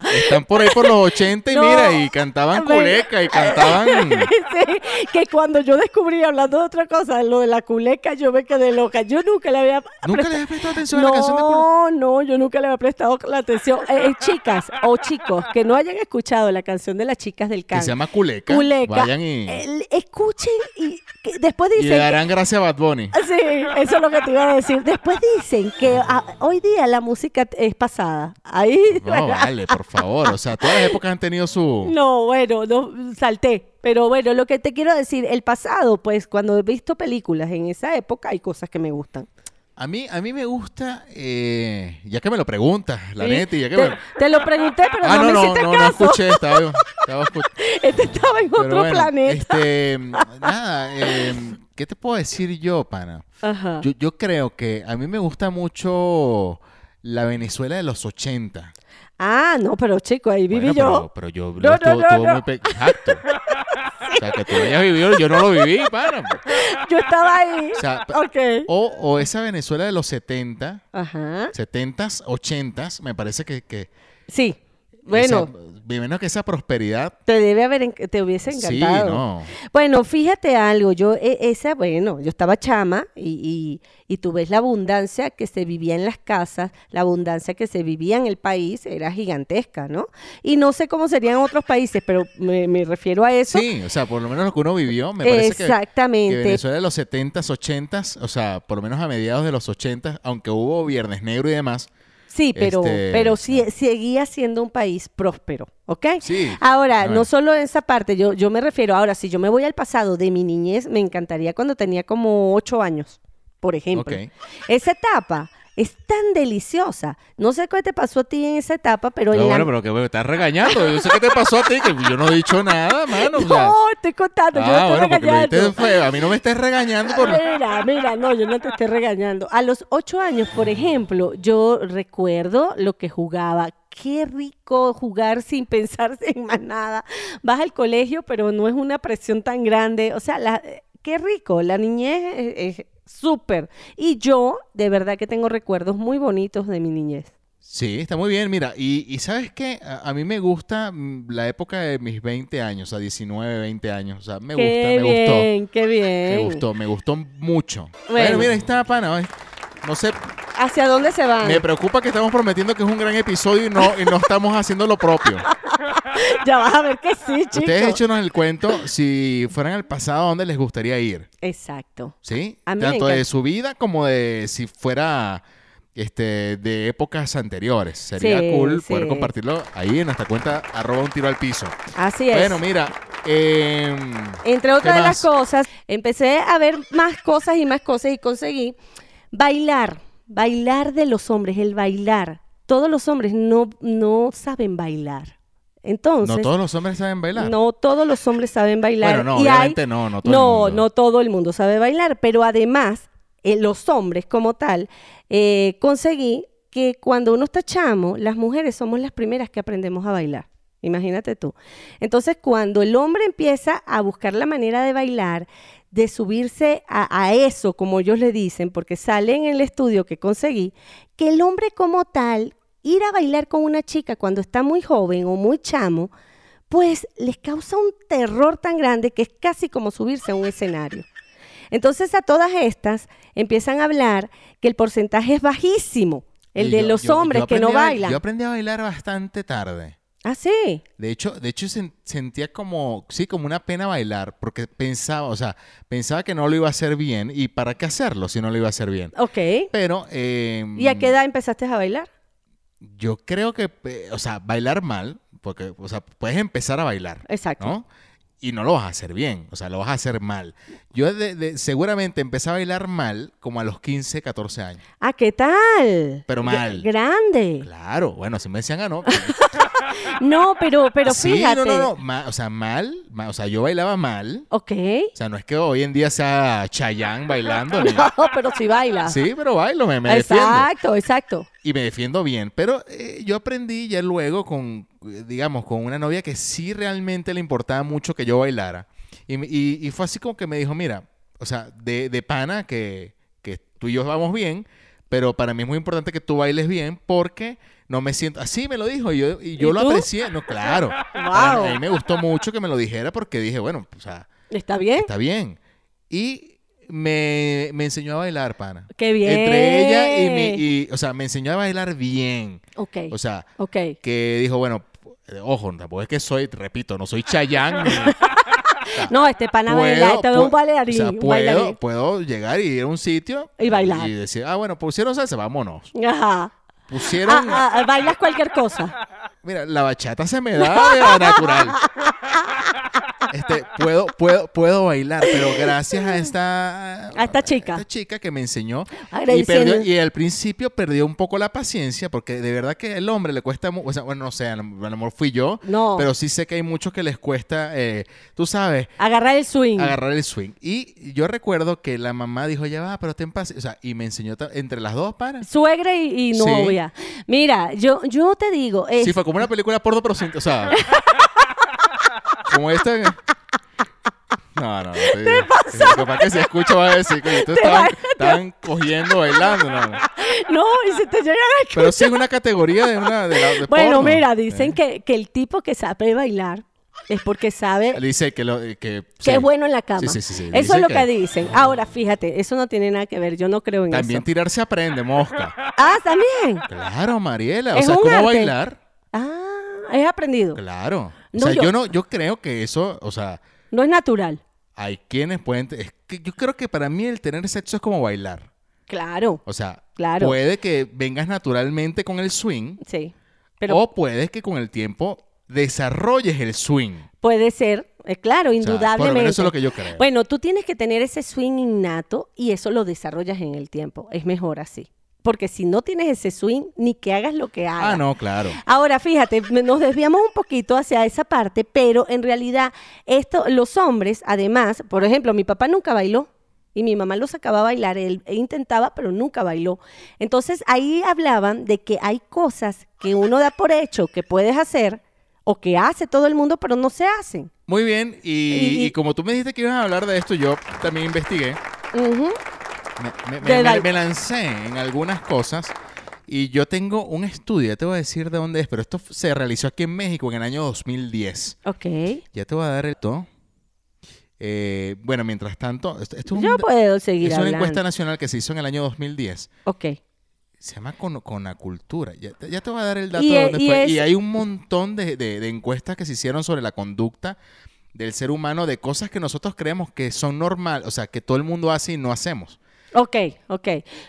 Speaker 1: Están por ahí por los 80 y
Speaker 2: No.
Speaker 1: mira, y cantaban
Speaker 2: Venga.
Speaker 1: culeca y cantaban
Speaker 2: Sí, que cuando yo descubrí, hablando de otra cosa, lo de la culeca, yo me quedé loca. Yo nunca le había
Speaker 1: Nunca les
Speaker 2: prestado-
Speaker 1: has prestado atención a la canción de culeca.
Speaker 2: No, no, yo nunca le había prestado la atención. Eh, eh, chicas o chicos que no hayan escuchado la canción de las chicas del
Speaker 1: que
Speaker 2: can,
Speaker 1: se llama Culeca.
Speaker 2: Culeca, Eh,
Speaker 1: Vayan y,
Speaker 2: el- escuchen y que después
Speaker 1: y le
Speaker 2: dicen...
Speaker 1: darán gracias a Bad Bunny.
Speaker 2: Sí, eso es lo que te iba a decir. Después dicen que ah, hoy día la música es pasada. Ahí... (laughs)
Speaker 1: No, vale, por favor. O sea, todas las épocas han tenido su...
Speaker 2: No, bueno, no, salté. Pero bueno, lo que te quiero decir, el pasado, pues cuando he visto películas en esa época hay cosas que me gustan.
Speaker 1: A mí, a mí me gusta, eh, ya que me lo preguntas, la
Speaker 2: ¿Sí?
Speaker 1: neta, y ya que
Speaker 2: te,
Speaker 1: me...
Speaker 2: te lo pregunté, pero
Speaker 1: (laughs) Ah,
Speaker 2: no,
Speaker 1: no,
Speaker 2: me
Speaker 1: no,
Speaker 2: hiciste
Speaker 1: no, no
Speaker 2: caso.
Speaker 1: escuché, estaba, estaba escuchando.
Speaker 2: (laughs) Este estaba (laughs) en otro planeta.
Speaker 1: Este, nada, eh, ¿qué te puedo decir yo, pana?
Speaker 2: Ajá.
Speaker 1: Yo, yo creo que a mí me gusta mucho la Venezuela de los 80.
Speaker 2: Ah, no, pero chico, ahí viví
Speaker 1: Bueno,
Speaker 2: yo.
Speaker 1: Pero, pero yo
Speaker 2: No,
Speaker 1: lo estuvo-
Speaker 2: no, no,
Speaker 1: estuvo
Speaker 2: no.
Speaker 1: muy pe- Exacto. O sea, que tú lo hayas vivido, yo no lo viví,
Speaker 2: (laughs)
Speaker 1: pana.
Speaker 2: Yo estaba ahí.
Speaker 1: (laughs) O sea, pe-
Speaker 2: ok.
Speaker 1: o, o esa Venezuela de los 70,
Speaker 2: Ajá.
Speaker 1: 70s, 80s, me parece que... que
Speaker 2: Sí. Bueno,
Speaker 1: esa- me imagino que esa prosperidad...
Speaker 2: te debe haber, en- te hubiese
Speaker 1: Sí,
Speaker 2: encantado.
Speaker 1: no.
Speaker 2: Bueno, fíjate algo, yo e- esa, bueno, yo estaba chama y, y, y tú ves la abundancia que se vivía en las casas, la abundancia que se vivía en el país era gigantesca, ¿no? Y no sé cómo serían otros países, pero me, me refiero a eso.
Speaker 1: Sí, o sea, por lo menos lo que uno vivió, me parece que- que,
Speaker 2: Exactamente.
Speaker 1: Venezuela de los 70s, 80s, o sea, por lo menos a mediados de los 80s, aunque hubo Viernes Negro y demás,
Speaker 2: Sí, pero,
Speaker 1: Este,
Speaker 2: pero sí, seguía siendo un país próspero, ¿ok?
Speaker 1: Sí,
Speaker 2: Ahora,
Speaker 1: bueno.
Speaker 2: no solo esa parte, yo, yo me refiero, ahora, si yo me voy al pasado de mi niñez, me encantaría cuando tenía como ocho años, por ejemplo.
Speaker 1: Ok.
Speaker 2: Esa etapa Es tan deliciosa. No sé qué te pasó a ti en esa etapa, pero en
Speaker 1: No,
Speaker 2: la-
Speaker 1: bueno, pero que me estás regañando. Yo sé qué te pasó a ti, que yo no he dicho nada, mano. o sea.
Speaker 2: No, estoy contando, yo
Speaker 1: ah,
Speaker 2: no estoy
Speaker 1: bueno, porque lo
Speaker 2: regañando.
Speaker 1: dijiste feo. A mí no me estés regañando por...
Speaker 2: Mira, mira, no, yo no te estoy regañando. A los ocho años, por ejemplo, yo recuerdo lo que jugaba. Qué rico jugar sin pensar en más nada. Vas al colegio, pero no es una presión tan grande. O sea, la- qué rico. La niñez es- es súper. Y yo, de verdad que tengo recuerdos muy bonitos de mi niñez.
Speaker 1: Sí, está muy bien. Mira, y, y ¿sabes qué? A, a mí me gusta mm, la época de mis 20 años, o sea, 19, 20 años. O sea, me
Speaker 2: qué
Speaker 1: gusta, me gustó.
Speaker 2: bien, qué bien.
Speaker 1: Me gustó, me gustó mucho. Bueno,
Speaker 2: Bueno.
Speaker 1: mira, ahí está, pana. No sé,
Speaker 2: ¿Hacia dónde se van?
Speaker 1: me preocupa que estamos prometiendo que es un gran episodio y no, y no estamos haciendo lo
Speaker 2: (laughs)
Speaker 1: propio.
Speaker 2: Ya vas a ver que sí, chicos.
Speaker 1: Ustedes échenos el cuento si fueran al pasado, ¿a dónde les gustaría ir?
Speaker 2: Exacto.
Speaker 1: ¿Sí?
Speaker 2: A mí me
Speaker 1: Tanto de
Speaker 2: encanta.
Speaker 1: su vida como de si fuera este, de épocas anteriores. Sería
Speaker 2: Sí,
Speaker 1: cool poder
Speaker 2: sí.
Speaker 1: compartirlo ahí en nuestra cuenta arroba un tiro al piso.
Speaker 2: Así es.
Speaker 1: Bueno, mira, eh,
Speaker 2: Entre otras
Speaker 1: ¿Qué
Speaker 2: de las
Speaker 1: más?
Speaker 2: cosas, empecé a ver más cosas y más cosas y conseguí bailar, bailar de los hombres, el bailar. Todos los hombres no, no saben bailar. Entonces,
Speaker 1: no todos los hombres saben bailar.
Speaker 2: no todos los hombres saben bailar.
Speaker 1: Bueno, no,
Speaker 2: y hay-
Speaker 1: obviamente no, no todo el
Speaker 2: no,
Speaker 1: mundo.
Speaker 2: no todo el mundo sabe bailar, pero además, eh, los hombres como tal, eh, conseguí que cuando uno está chamo, las mujeres somos las primeras que aprendemos a bailar. Imagínate tú. Entonces, cuando el hombre empieza a buscar la manera de bailar, de subirse a, a eso, como ellos le dicen, porque sale en el estudio que conseguí, que el hombre como tal, ir a bailar con una chica cuando está muy joven o muy chamo, pues les causa un terror tan grande que es casi como subirse a un escenario. Entonces a todas estas empiezan a hablar que el porcentaje es bajísimo, el
Speaker 1: Y
Speaker 2: de
Speaker 1: yo-
Speaker 2: los
Speaker 1: yo-
Speaker 2: hombres
Speaker 1: yo
Speaker 2: que no
Speaker 1: aprendí a ba-
Speaker 2: bailan.
Speaker 1: Yo aprendí a bailar bastante tarde.
Speaker 2: Ah, sí.
Speaker 1: De hecho, de hecho sen- sentía como, sí, como una pena bailar, porque pensaba, o sea, pensaba que no lo iba a hacer bien y para qué hacerlo si no lo iba a hacer bien.
Speaker 2: Ok.
Speaker 1: Pero, eh,
Speaker 2: ¿Y a qué edad empezaste a bailar?
Speaker 1: Yo creo que, eh, o sea, bailar mal, porque, o sea, puedes empezar a bailar,
Speaker 2: Exacto.
Speaker 1: ¿no? Y no lo vas a hacer bien, o sea, lo vas a hacer mal. Yo de- de- seguramente empecé a bailar mal como a los 15, 14 años.
Speaker 2: Ah, ¿qué tal?
Speaker 1: Pero
Speaker 2: Gr-
Speaker 1: mal.
Speaker 2: Grande.
Speaker 1: Claro, bueno, si me decían, ah, no.
Speaker 2: No, pero, (laughs) pero
Speaker 1: sí,
Speaker 2: fíjate.
Speaker 1: no, no, no. ma- o sea, mal, ma- o sea, yo bailaba mal.
Speaker 2: Ok.
Speaker 1: O sea, no es que hoy en día sea Chayanne bailando.
Speaker 2: (laughs)
Speaker 1: ni-
Speaker 2: No, pero sí baila.
Speaker 1: Sí, pero bailo, me, me defiendo.
Speaker 2: exacto, exacto.
Speaker 1: y me defiendo bien. Pero eh, yo aprendí ya luego con, eh, digamos, con una novia que sí realmente le importaba mucho que yo bailara. Y, me- y- y fue así como que me dijo, mira, o sea, de, de pana que, que tú y yo vamos bien, pero para mí es muy importante que tú bailes bien porque no me siento... Así me lo dijo y yo, y yo
Speaker 2: ¿Y
Speaker 1: lo
Speaker 2: tú?
Speaker 1: aprecié. No, claro.
Speaker 2: (laughs) Guau.
Speaker 1: A mí me gustó mucho que me lo dijera porque dije, bueno, o sea,
Speaker 2: ¿Está bien?
Speaker 1: está bien. Y me, me enseñó a bailar, pana.
Speaker 2: Qué bien.
Speaker 1: Entre ella y mi... y, o sea, me enseñó a bailar bien.
Speaker 2: Ok.
Speaker 1: O sea,
Speaker 2: ok.
Speaker 1: que dijo, bueno, eh, ojo, tampoco es que soy, repito, no soy
Speaker 2: (laughs)
Speaker 1: Chayanne. ni-
Speaker 2: No, este pana
Speaker 1: puedo-
Speaker 2: baila, este es
Speaker 1: pu-
Speaker 2: un bailarín.
Speaker 1: o sea,
Speaker 2: un
Speaker 1: puedo,
Speaker 2: bailarín.
Speaker 1: puedo llegar y ir a un sitio
Speaker 2: Y bailar.
Speaker 1: Y decir, ah, bueno, pusieron salsa, vámonos.
Speaker 2: Ajá.
Speaker 1: Pusieron,
Speaker 2: Ah, ah, bailas cualquier cosa.
Speaker 1: mira, la bachata se me da de la natural. Este, puedo, puedo, puedo bailar, pero gracias a esta,
Speaker 2: A esta chica.
Speaker 1: chica que me enseñó. Y,
Speaker 2: Agradeciendo.
Speaker 1: perdió- y al principio perdió un poco la paciencia, porque de verdad que al hombre le cuesta, mu- o sea, bueno, no sé, a lo a lo mejor fui yo,
Speaker 2: No.
Speaker 1: pero sí sé que hay muchos que les cuesta, eh, tú sabes,
Speaker 2: Agarrar el swing.
Speaker 1: agarrar el swing. Y yo recuerdo que la mamá dijo, ya va, pero ten paciencia, o sea, y me enseñó ta- entre las dos para.
Speaker 2: Suegra y, y
Speaker 1: Sí.
Speaker 2: novia. Mira, yo, yo te digo, es- (laughs)
Speaker 1: Sí, fue como una película porno, pero sin, o sea, como esta... No, no, no. Te, Capaz que se escucha va a decir, que
Speaker 2: (laughs)
Speaker 1: ustedes estaban, estaban cogiendo, bailando, no.
Speaker 2: no, y se te llegan a...
Speaker 1: Pero sí es una categoría de una de, la, de
Speaker 2: Bueno,
Speaker 1: porno.
Speaker 2: mira, dicen
Speaker 1: Eh,
Speaker 2: que, que el tipo que sabe bailar es porque sabe
Speaker 1: dice que lo eh, que,
Speaker 2: que
Speaker 1: sí.
Speaker 2: es bueno en la cama.
Speaker 1: Sí, sí, sí, sí.
Speaker 2: Eso
Speaker 1: Dicen
Speaker 2: es lo
Speaker 1: que- Ah.
Speaker 2: que dicen. Ahora, fíjate, eso no tiene nada que ver. Yo no creo en
Speaker 1: También
Speaker 2: eso.
Speaker 1: tirarse aprende, mosca.
Speaker 2: Ah, también.
Speaker 1: Claro, Mariela, o
Speaker 2: Es
Speaker 1: sea,
Speaker 2: un
Speaker 1: cómo
Speaker 2: arte.
Speaker 1: bailar?
Speaker 2: Ah, es aprendido.
Speaker 1: Claro.
Speaker 2: No,
Speaker 1: o sea, yo...
Speaker 2: yo-
Speaker 1: no yo creo que eso, o sea,
Speaker 2: No es natural.
Speaker 1: hay quienes pueden te- es que yo creo que para mí el tener sexo es como bailar.
Speaker 2: Claro,
Speaker 1: O sea,
Speaker 2: Claro.
Speaker 1: puede que vengas naturalmente con el swing
Speaker 2: sí. Pero
Speaker 1: o puede que con el tiempo desarrolles el swing.
Speaker 2: Puede ser, eh, claro,
Speaker 1: O sea, por lo menos
Speaker 2: indudablemente.
Speaker 1: eso es lo que yo creo.
Speaker 2: Bueno, tú tienes que tener ese swing innato y eso lo desarrollas en el tiempo. Es mejor así. Porque si no tienes ese swing, ni que hagas lo que hagas.
Speaker 1: Ah, no, claro.
Speaker 2: Ahora, fíjate, me- nos desviamos un poquito hacia esa parte, pero en realidad esto, los hombres, además, por ejemplo, mi papá nunca bailó y mi mamá lo sacaba a bailar, él él intentaba, pero nunca bailó. Entonces ahí hablaban de que hay cosas que uno da por hecho que puedes hacer o que hace todo el mundo, pero no se hacen.
Speaker 1: Muy bien, y,
Speaker 2: Y-
Speaker 1: y como tú me dijiste que ibas a hablar de esto, yo también investigué.
Speaker 2: Ujú.
Speaker 1: Me, me- me-
Speaker 2: De
Speaker 1: me-
Speaker 2: la-
Speaker 1: me lancé en algunas cosas y yo tengo un estudio, ya te voy a decir de dónde es, pero esto f- se realizó aquí en México en el año 2010.
Speaker 2: Ok.
Speaker 1: Ya te voy a dar el to. Eh, bueno, mientras tanto, esto, esto es,
Speaker 2: Yo
Speaker 1: un-
Speaker 2: puedo seguir
Speaker 1: es una
Speaker 2: hablando.
Speaker 1: encuesta nacional que se hizo en el año 2010.
Speaker 2: Ok.
Speaker 1: Se llama Con, Conacultura. Ya, te- ya te voy a dar el dato
Speaker 2: Y
Speaker 1: de
Speaker 2: e-
Speaker 1: dónde
Speaker 2: y
Speaker 1: fue.
Speaker 2: es-
Speaker 1: Y hay un montón de, de- de encuestas que se hicieron sobre la conducta del ser humano, de cosas que nosotros creemos que son normal, o sea, que todo el mundo hace y no hacemos.
Speaker 2: Ok, ok.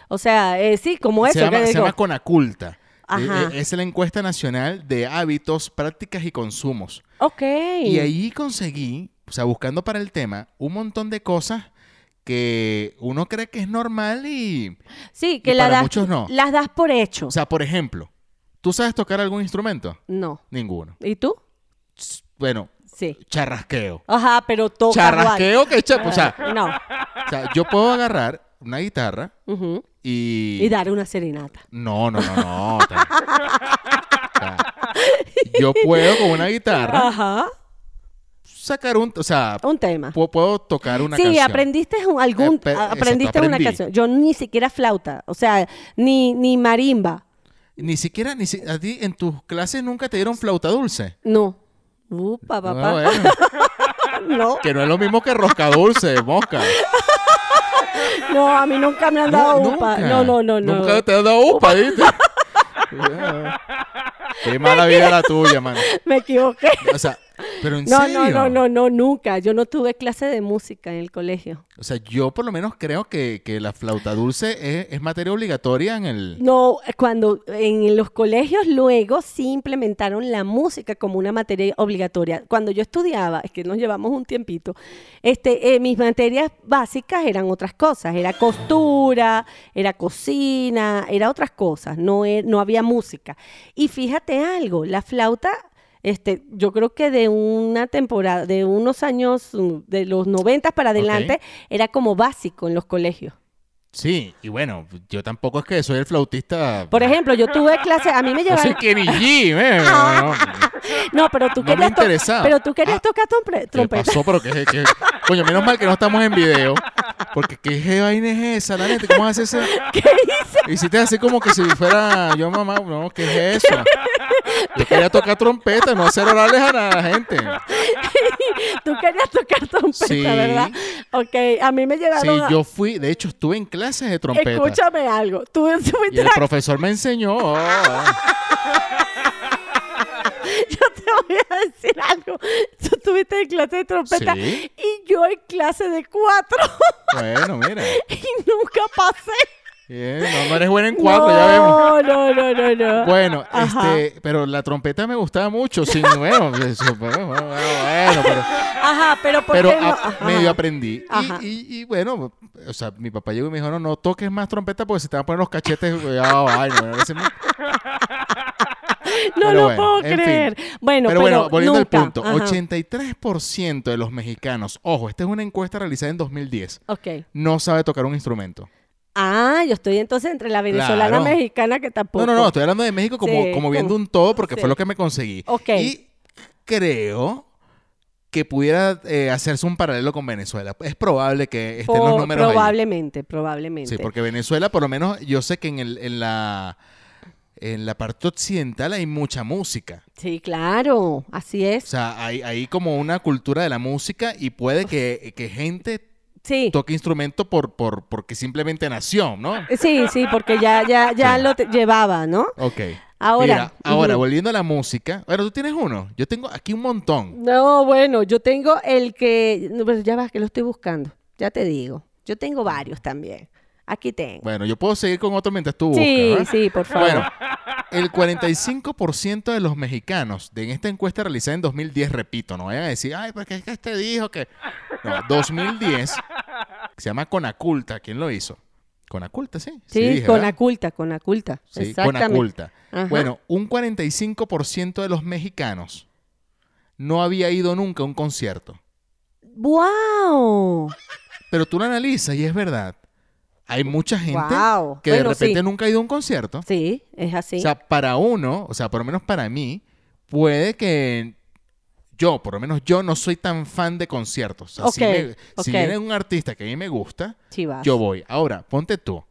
Speaker 2: O sea, eh, sí, como eso.
Speaker 1: se llama,
Speaker 2: que
Speaker 1: se
Speaker 2: digo,
Speaker 1: llama Conaculta. E-
Speaker 2: Ajá.
Speaker 1: e- Es la encuesta nacional de hábitos, prácticas y consumos.
Speaker 2: Ok.
Speaker 1: Y ahí conseguí, o sea, buscando para el tema, un montón de cosas que uno cree que es normal y...
Speaker 2: Sí,
Speaker 1: y
Speaker 2: que la
Speaker 1: para
Speaker 2: das,
Speaker 1: muchos no.
Speaker 2: las das por hecho.
Speaker 1: O sea, por ejemplo, ¿tú sabes tocar algún instrumento?
Speaker 2: no.
Speaker 1: Ninguno.
Speaker 2: ¿Y tú?
Speaker 1: Bueno,
Speaker 2: Sí.
Speaker 1: charrasqueo.
Speaker 2: Ajá, pero toca
Speaker 1: Charrasqueo que cha-
Speaker 2: igual. Ah,
Speaker 1: o,
Speaker 2: (laughs)
Speaker 1: sea,
Speaker 2: No.
Speaker 1: o sea, yo puedo agarrar una guitarra
Speaker 2: Ujú.
Speaker 1: y...
Speaker 2: Y dar una serenata.
Speaker 1: No, no, no, no. o sea, o sea, yo puedo con una guitarra
Speaker 2: Ajá.
Speaker 1: sacar un... O sea,
Speaker 2: Un tema.
Speaker 1: pu- puedo tocar una
Speaker 2: sí,
Speaker 1: canción.
Speaker 2: aprendiste un- algún,
Speaker 1: Eh, pe-
Speaker 2: a-
Speaker 1: exacto,
Speaker 2: aprendiste una
Speaker 1: aprendí.
Speaker 2: canción. Yo ni siquiera flauta, o sea, ni, ni marimba.
Speaker 1: Ni siquiera... Ni si- A ti en tus clases nunca te dieron flauta dulce.
Speaker 2: No. Upa,
Speaker 1: Ah,
Speaker 2: papá.
Speaker 1: bueno,
Speaker 2: (laughs) No,
Speaker 1: que no es lo mismo que rosca dulce, mosca.
Speaker 2: no, a mí nunca me han dado upa. No, no, no, no.
Speaker 1: Nunca te he dado upa,
Speaker 2: (laughs)
Speaker 1: ¿viste? Qué mala vida la tuya, mano.
Speaker 2: Me equivoqué.
Speaker 1: O sea, pero en
Speaker 2: No,
Speaker 1: serio.
Speaker 2: no, no, no, no, nunca. Yo no tuve clase de música en el colegio.
Speaker 1: O sea, yo por lo menos creo que, que la flauta dulce es, es materia obligatoria en el...
Speaker 2: No, cuando en los colegios luego sí implementaron la música como una materia obligatoria. Cuando yo estudiaba, es que nos llevamos un tiempito, este, eh, mis materias básicas eran otras cosas, era costura, era cocina, era otras cosas, no, e- no había música. Y fíjate algo, la flauta, este, yo creo que de una temporada, de unos años, mm, de los 90 para adelante, era como básico en los colegios.
Speaker 1: Sí, y bueno, yo tampoco es que soy el flautista...
Speaker 2: Por ejemplo, yo tuve clase, a mí me
Speaker 1: No
Speaker 2: llevaban...
Speaker 1: soy Kenny
Speaker 2: (laughs)
Speaker 1: G, ¿eh?
Speaker 2: Ah,
Speaker 1: No, no.
Speaker 2: No, pero tú
Speaker 1: No me
Speaker 2: querías to-
Speaker 1: interesaba.
Speaker 2: Pero tú querías
Speaker 1: Ah,
Speaker 2: tocar trompe-
Speaker 1: ¿Qué
Speaker 2: trompeta.
Speaker 1: pasó? Pero que, que... Coño, menos mal que no estamos en video. Porque qué vaina es esa, la neta. ¿Cómo haces eso?
Speaker 2: (laughs) ¿Qué hice?
Speaker 1: Hiciste así como que si fuera yo mamá, no, ¿qué es eso? Yo quería tocar trompeta, no hacer orales a la gente.
Speaker 2: Tú querías tocar trompeta,
Speaker 1: Sí.
Speaker 2: ¿verdad? Ok, a mí me
Speaker 1: Sí,
Speaker 2: llevaron a-
Speaker 1: yo fui, de hecho estuve en clases de trompeta.
Speaker 2: Escúchame algo. Tú (laughs)
Speaker 1: y
Speaker 2: fuiste
Speaker 1: el
Speaker 2: a-
Speaker 1: profesor me enseñó. oh, oh.
Speaker 2: Yo te voy a decir algo. Tú estuviste en clase de trompeta
Speaker 1: Sí.
Speaker 2: y yo en clase de cuatro (laughs)
Speaker 1: Bueno, mira.
Speaker 2: y nunca pasé.
Speaker 1: Bien, no, no eres buena en cuatro,
Speaker 2: no,
Speaker 1: ya vemos.
Speaker 2: No, no, no, no.
Speaker 1: Bueno,
Speaker 2: Ajá.
Speaker 1: este, pero la trompeta me gustaba mucho. Sin, bueno, eso, bueno, bueno, bueno, pero,
Speaker 2: Ajá, pero ¿por
Speaker 1: pero
Speaker 2: qué no?
Speaker 1: ap-
Speaker 2: Ajá.
Speaker 1: medio aprendí.
Speaker 2: Ajá.
Speaker 1: Y, y- y bueno, o sea, mi papá llegó y me dijo, no, no toques más trompeta porque se te van a poner los cachetes. Ah, vaina, bueno, ese-
Speaker 2: No
Speaker 1: pero
Speaker 2: lo
Speaker 1: bueno,
Speaker 2: puedo
Speaker 1: en fin.
Speaker 2: creer. Bueno,
Speaker 1: pero bueno, volviendo
Speaker 2: nunca.
Speaker 1: al punto,
Speaker 2: Ajá.
Speaker 1: 83% de los mexicanos, ojo, esta es una encuesta realizada en 2010,
Speaker 2: Ok.
Speaker 1: no sabe tocar un instrumento.
Speaker 2: Ah, yo estoy entonces entre la venezolana
Speaker 1: Claro.
Speaker 2: mexicana que tampoco.
Speaker 1: No, no, no, estoy hablando de México como,
Speaker 2: Sí,
Speaker 1: como viendo
Speaker 2: como-
Speaker 1: un todo porque
Speaker 2: sí.
Speaker 1: fue lo que me conseguí.
Speaker 2: Ok.
Speaker 1: Y creo que pudiera eh, hacerse un paralelo con Venezuela. Es probable que estén
Speaker 2: Po-
Speaker 1: los números ahí.
Speaker 2: probablemente, probablemente.
Speaker 1: Sí, porque Venezuela, por lo menos, yo sé que en, el- en la... En la parte occidental hay mucha música.
Speaker 2: Sí, claro, así
Speaker 1: O
Speaker 2: es.
Speaker 1: sea, hay, hay como una cultura de la música y puede que, que gente
Speaker 2: Sí.
Speaker 1: toque instrumento por, por, porque simplemente nació, ¿no?
Speaker 2: Sí, sí, porque ya ya ya
Speaker 1: Sí.
Speaker 2: lo te- llevaba, ¿no?
Speaker 1: Ok.
Speaker 2: Ahora,
Speaker 1: Mira, ahora,
Speaker 2: ujú.
Speaker 1: volviendo a la música. Ahora, tú tienes uno. Yo tengo aquí un montón.
Speaker 2: No, bueno, yo tengo el que no, pero ya vas que lo estoy buscando. Ya te digo. Yo tengo varios también. Aquí tengo.
Speaker 1: Bueno, yo puedo seguir con otro mientras tú buscas.
Speaker 2: sí,
Speaker 1: ¿verdad?
Speaker 2: sí, por favor.
Speaker 1: Bueno, el 45% de los mexicanos de en esta encuesta realizada en 2010, repito, no vayan a decir, ay, porque es que este dijo que... No, 2010, que se llama Conaculta, ¿quién lo hizo? Con aculta, sí.
Speaker 2: Sí,
Speaker 1: dije,
Speaker 2: con
Speaker 1: ¿verdad?
Speaker 2: aculta, con aculta.
Speaker 1: Sí, con
Speaker 2: Exactamente.
Speaker 1: aculta.
Speaker 2: Ajá.
Speaker 1: Bueno, un 45% de los mexicanos no había ido nunca a un concierto.
Speaker 2: ¡Wow!
Speaker 1: Pero tú lo analizas y es verdad. Hay mucha gente
Speaker 2: Guau.
Speaker 1: que de
Speaker 2: Bueno, sí.
Speaker 1: repente nunca ha ido a un concierto.
Speaker 2: Sí, es así.
Speaker 1: O sea, para uno, o sea, por lo menos para mí, puede que yo, por lo menos yo, no soy tan fan de conciertos. O sea, si
Speaker 2: Ok,
Speaker 1: me- si
Speaker 2: ok.
Speaker 1: viene un artista que a mí me gusta,
Speaker 2: Sí vas.
Speaker 1: yo voy. Ahora, ponte tú.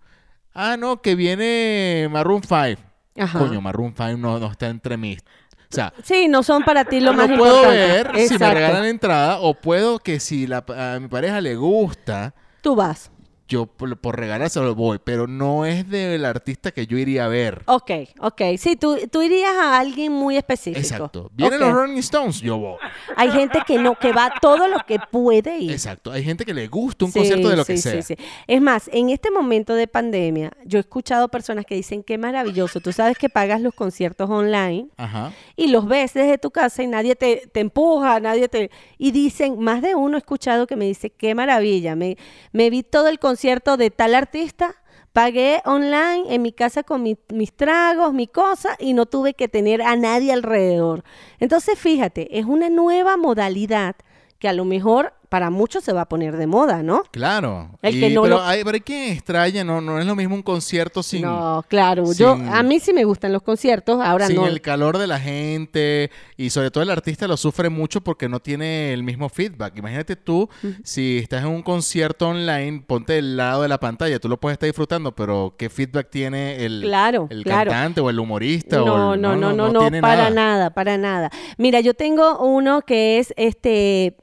Speaker 1: Ah, no, que viene Maroon 5.
Speaker 2: Ajá.
Speaker 1: Coño, Maroon 5 no, no está entre mis... O sea,
Speaker 2: Sí, no son para ti (laughs) lo
Speaker 1: no
Speaker 2: más
Speaker 1: puedo
Speaker 2: importante.
Speaker 1: ver si me
Speaker 2: Exacto.
Speaker 1: regalan entrada o puedo que si la- a mi pareja le gusta,
Speaker 2: Tú vas.
Speaker 1: yo por, por regalárselo voy, pero no es del artista que yo iría a ver.
Speaker 2: Ok, ok. Sí, tú, tú irías a alguien muy específico.
Speaker 1: Exacto. Vienen
Speaker 2: Ok.
Speaker 1: los Rolling Stones, yo voy.
Speaker 2: Hay gente que no, que va a todo lo que puede ir.
Speaker 1: Exacto. Hay gente que le gusta un
Speaker 2: Sí,
Speaker 1: concierto de lo que
Speaker 2: sí,
Speaker 1: sea.
Speaker 2: sí, sí. Es más, en este momento de pandemia, yo he escuchado personas que dicen, qué maravilloso, tú sabes que pagas los conciertos online
Speaker 1: Ajá.
Speaker 2: y los ves desde tu casa y nadie te, te empuja, nadie te... Y dicen, más de uno he escuchado que me dice, qué maravilla, me, me vi todo el concierto de tal artista, pagué online en mi casa con mi- mis tragos, mi cosa, y no tuve que tener a nadie alrededor. Entonces, fíjate, es una nueva modalidad que a lo mejor para muchos se va a poner de moda, ¿no?
Speaker 1: Claro.
Speaker 2: El
Speaker 1: Y-
Speaker 2: que no
Speaker 1: pero,
Speaker 2: lo-
Speaker 1: hay, pero hay quien extraña, no, no es lo mismo un concierto sin,
Speaker 2: no, claro, yo
Speaker 1: sin-
Speaker 2: a mí sí me gustan los conciertos, ahora
Speaker 1: sin
Speaker 2: no.
Speaker 1: el calor de la gente y sobre todo el artista lo sufre mucho porque no tiene el mismo feedback. Imagínate tú, si estás en un concierto online, ponte del lado de la pantalla, tú lo puedes estar disfrutando, pero ¿qué feedback tiene el,
Speaker 2: Claro,
Speaker 1: el
Speaker 2: claro.
Speaker 1: cantante o el humorista?
Speaker 2: No,
Speaker 1: o el-
Speaker 2: no, no, no, no,
Speaker 1: tiene
Speaker 2: para nada. para nada. Mira, yo tengo uno que es este.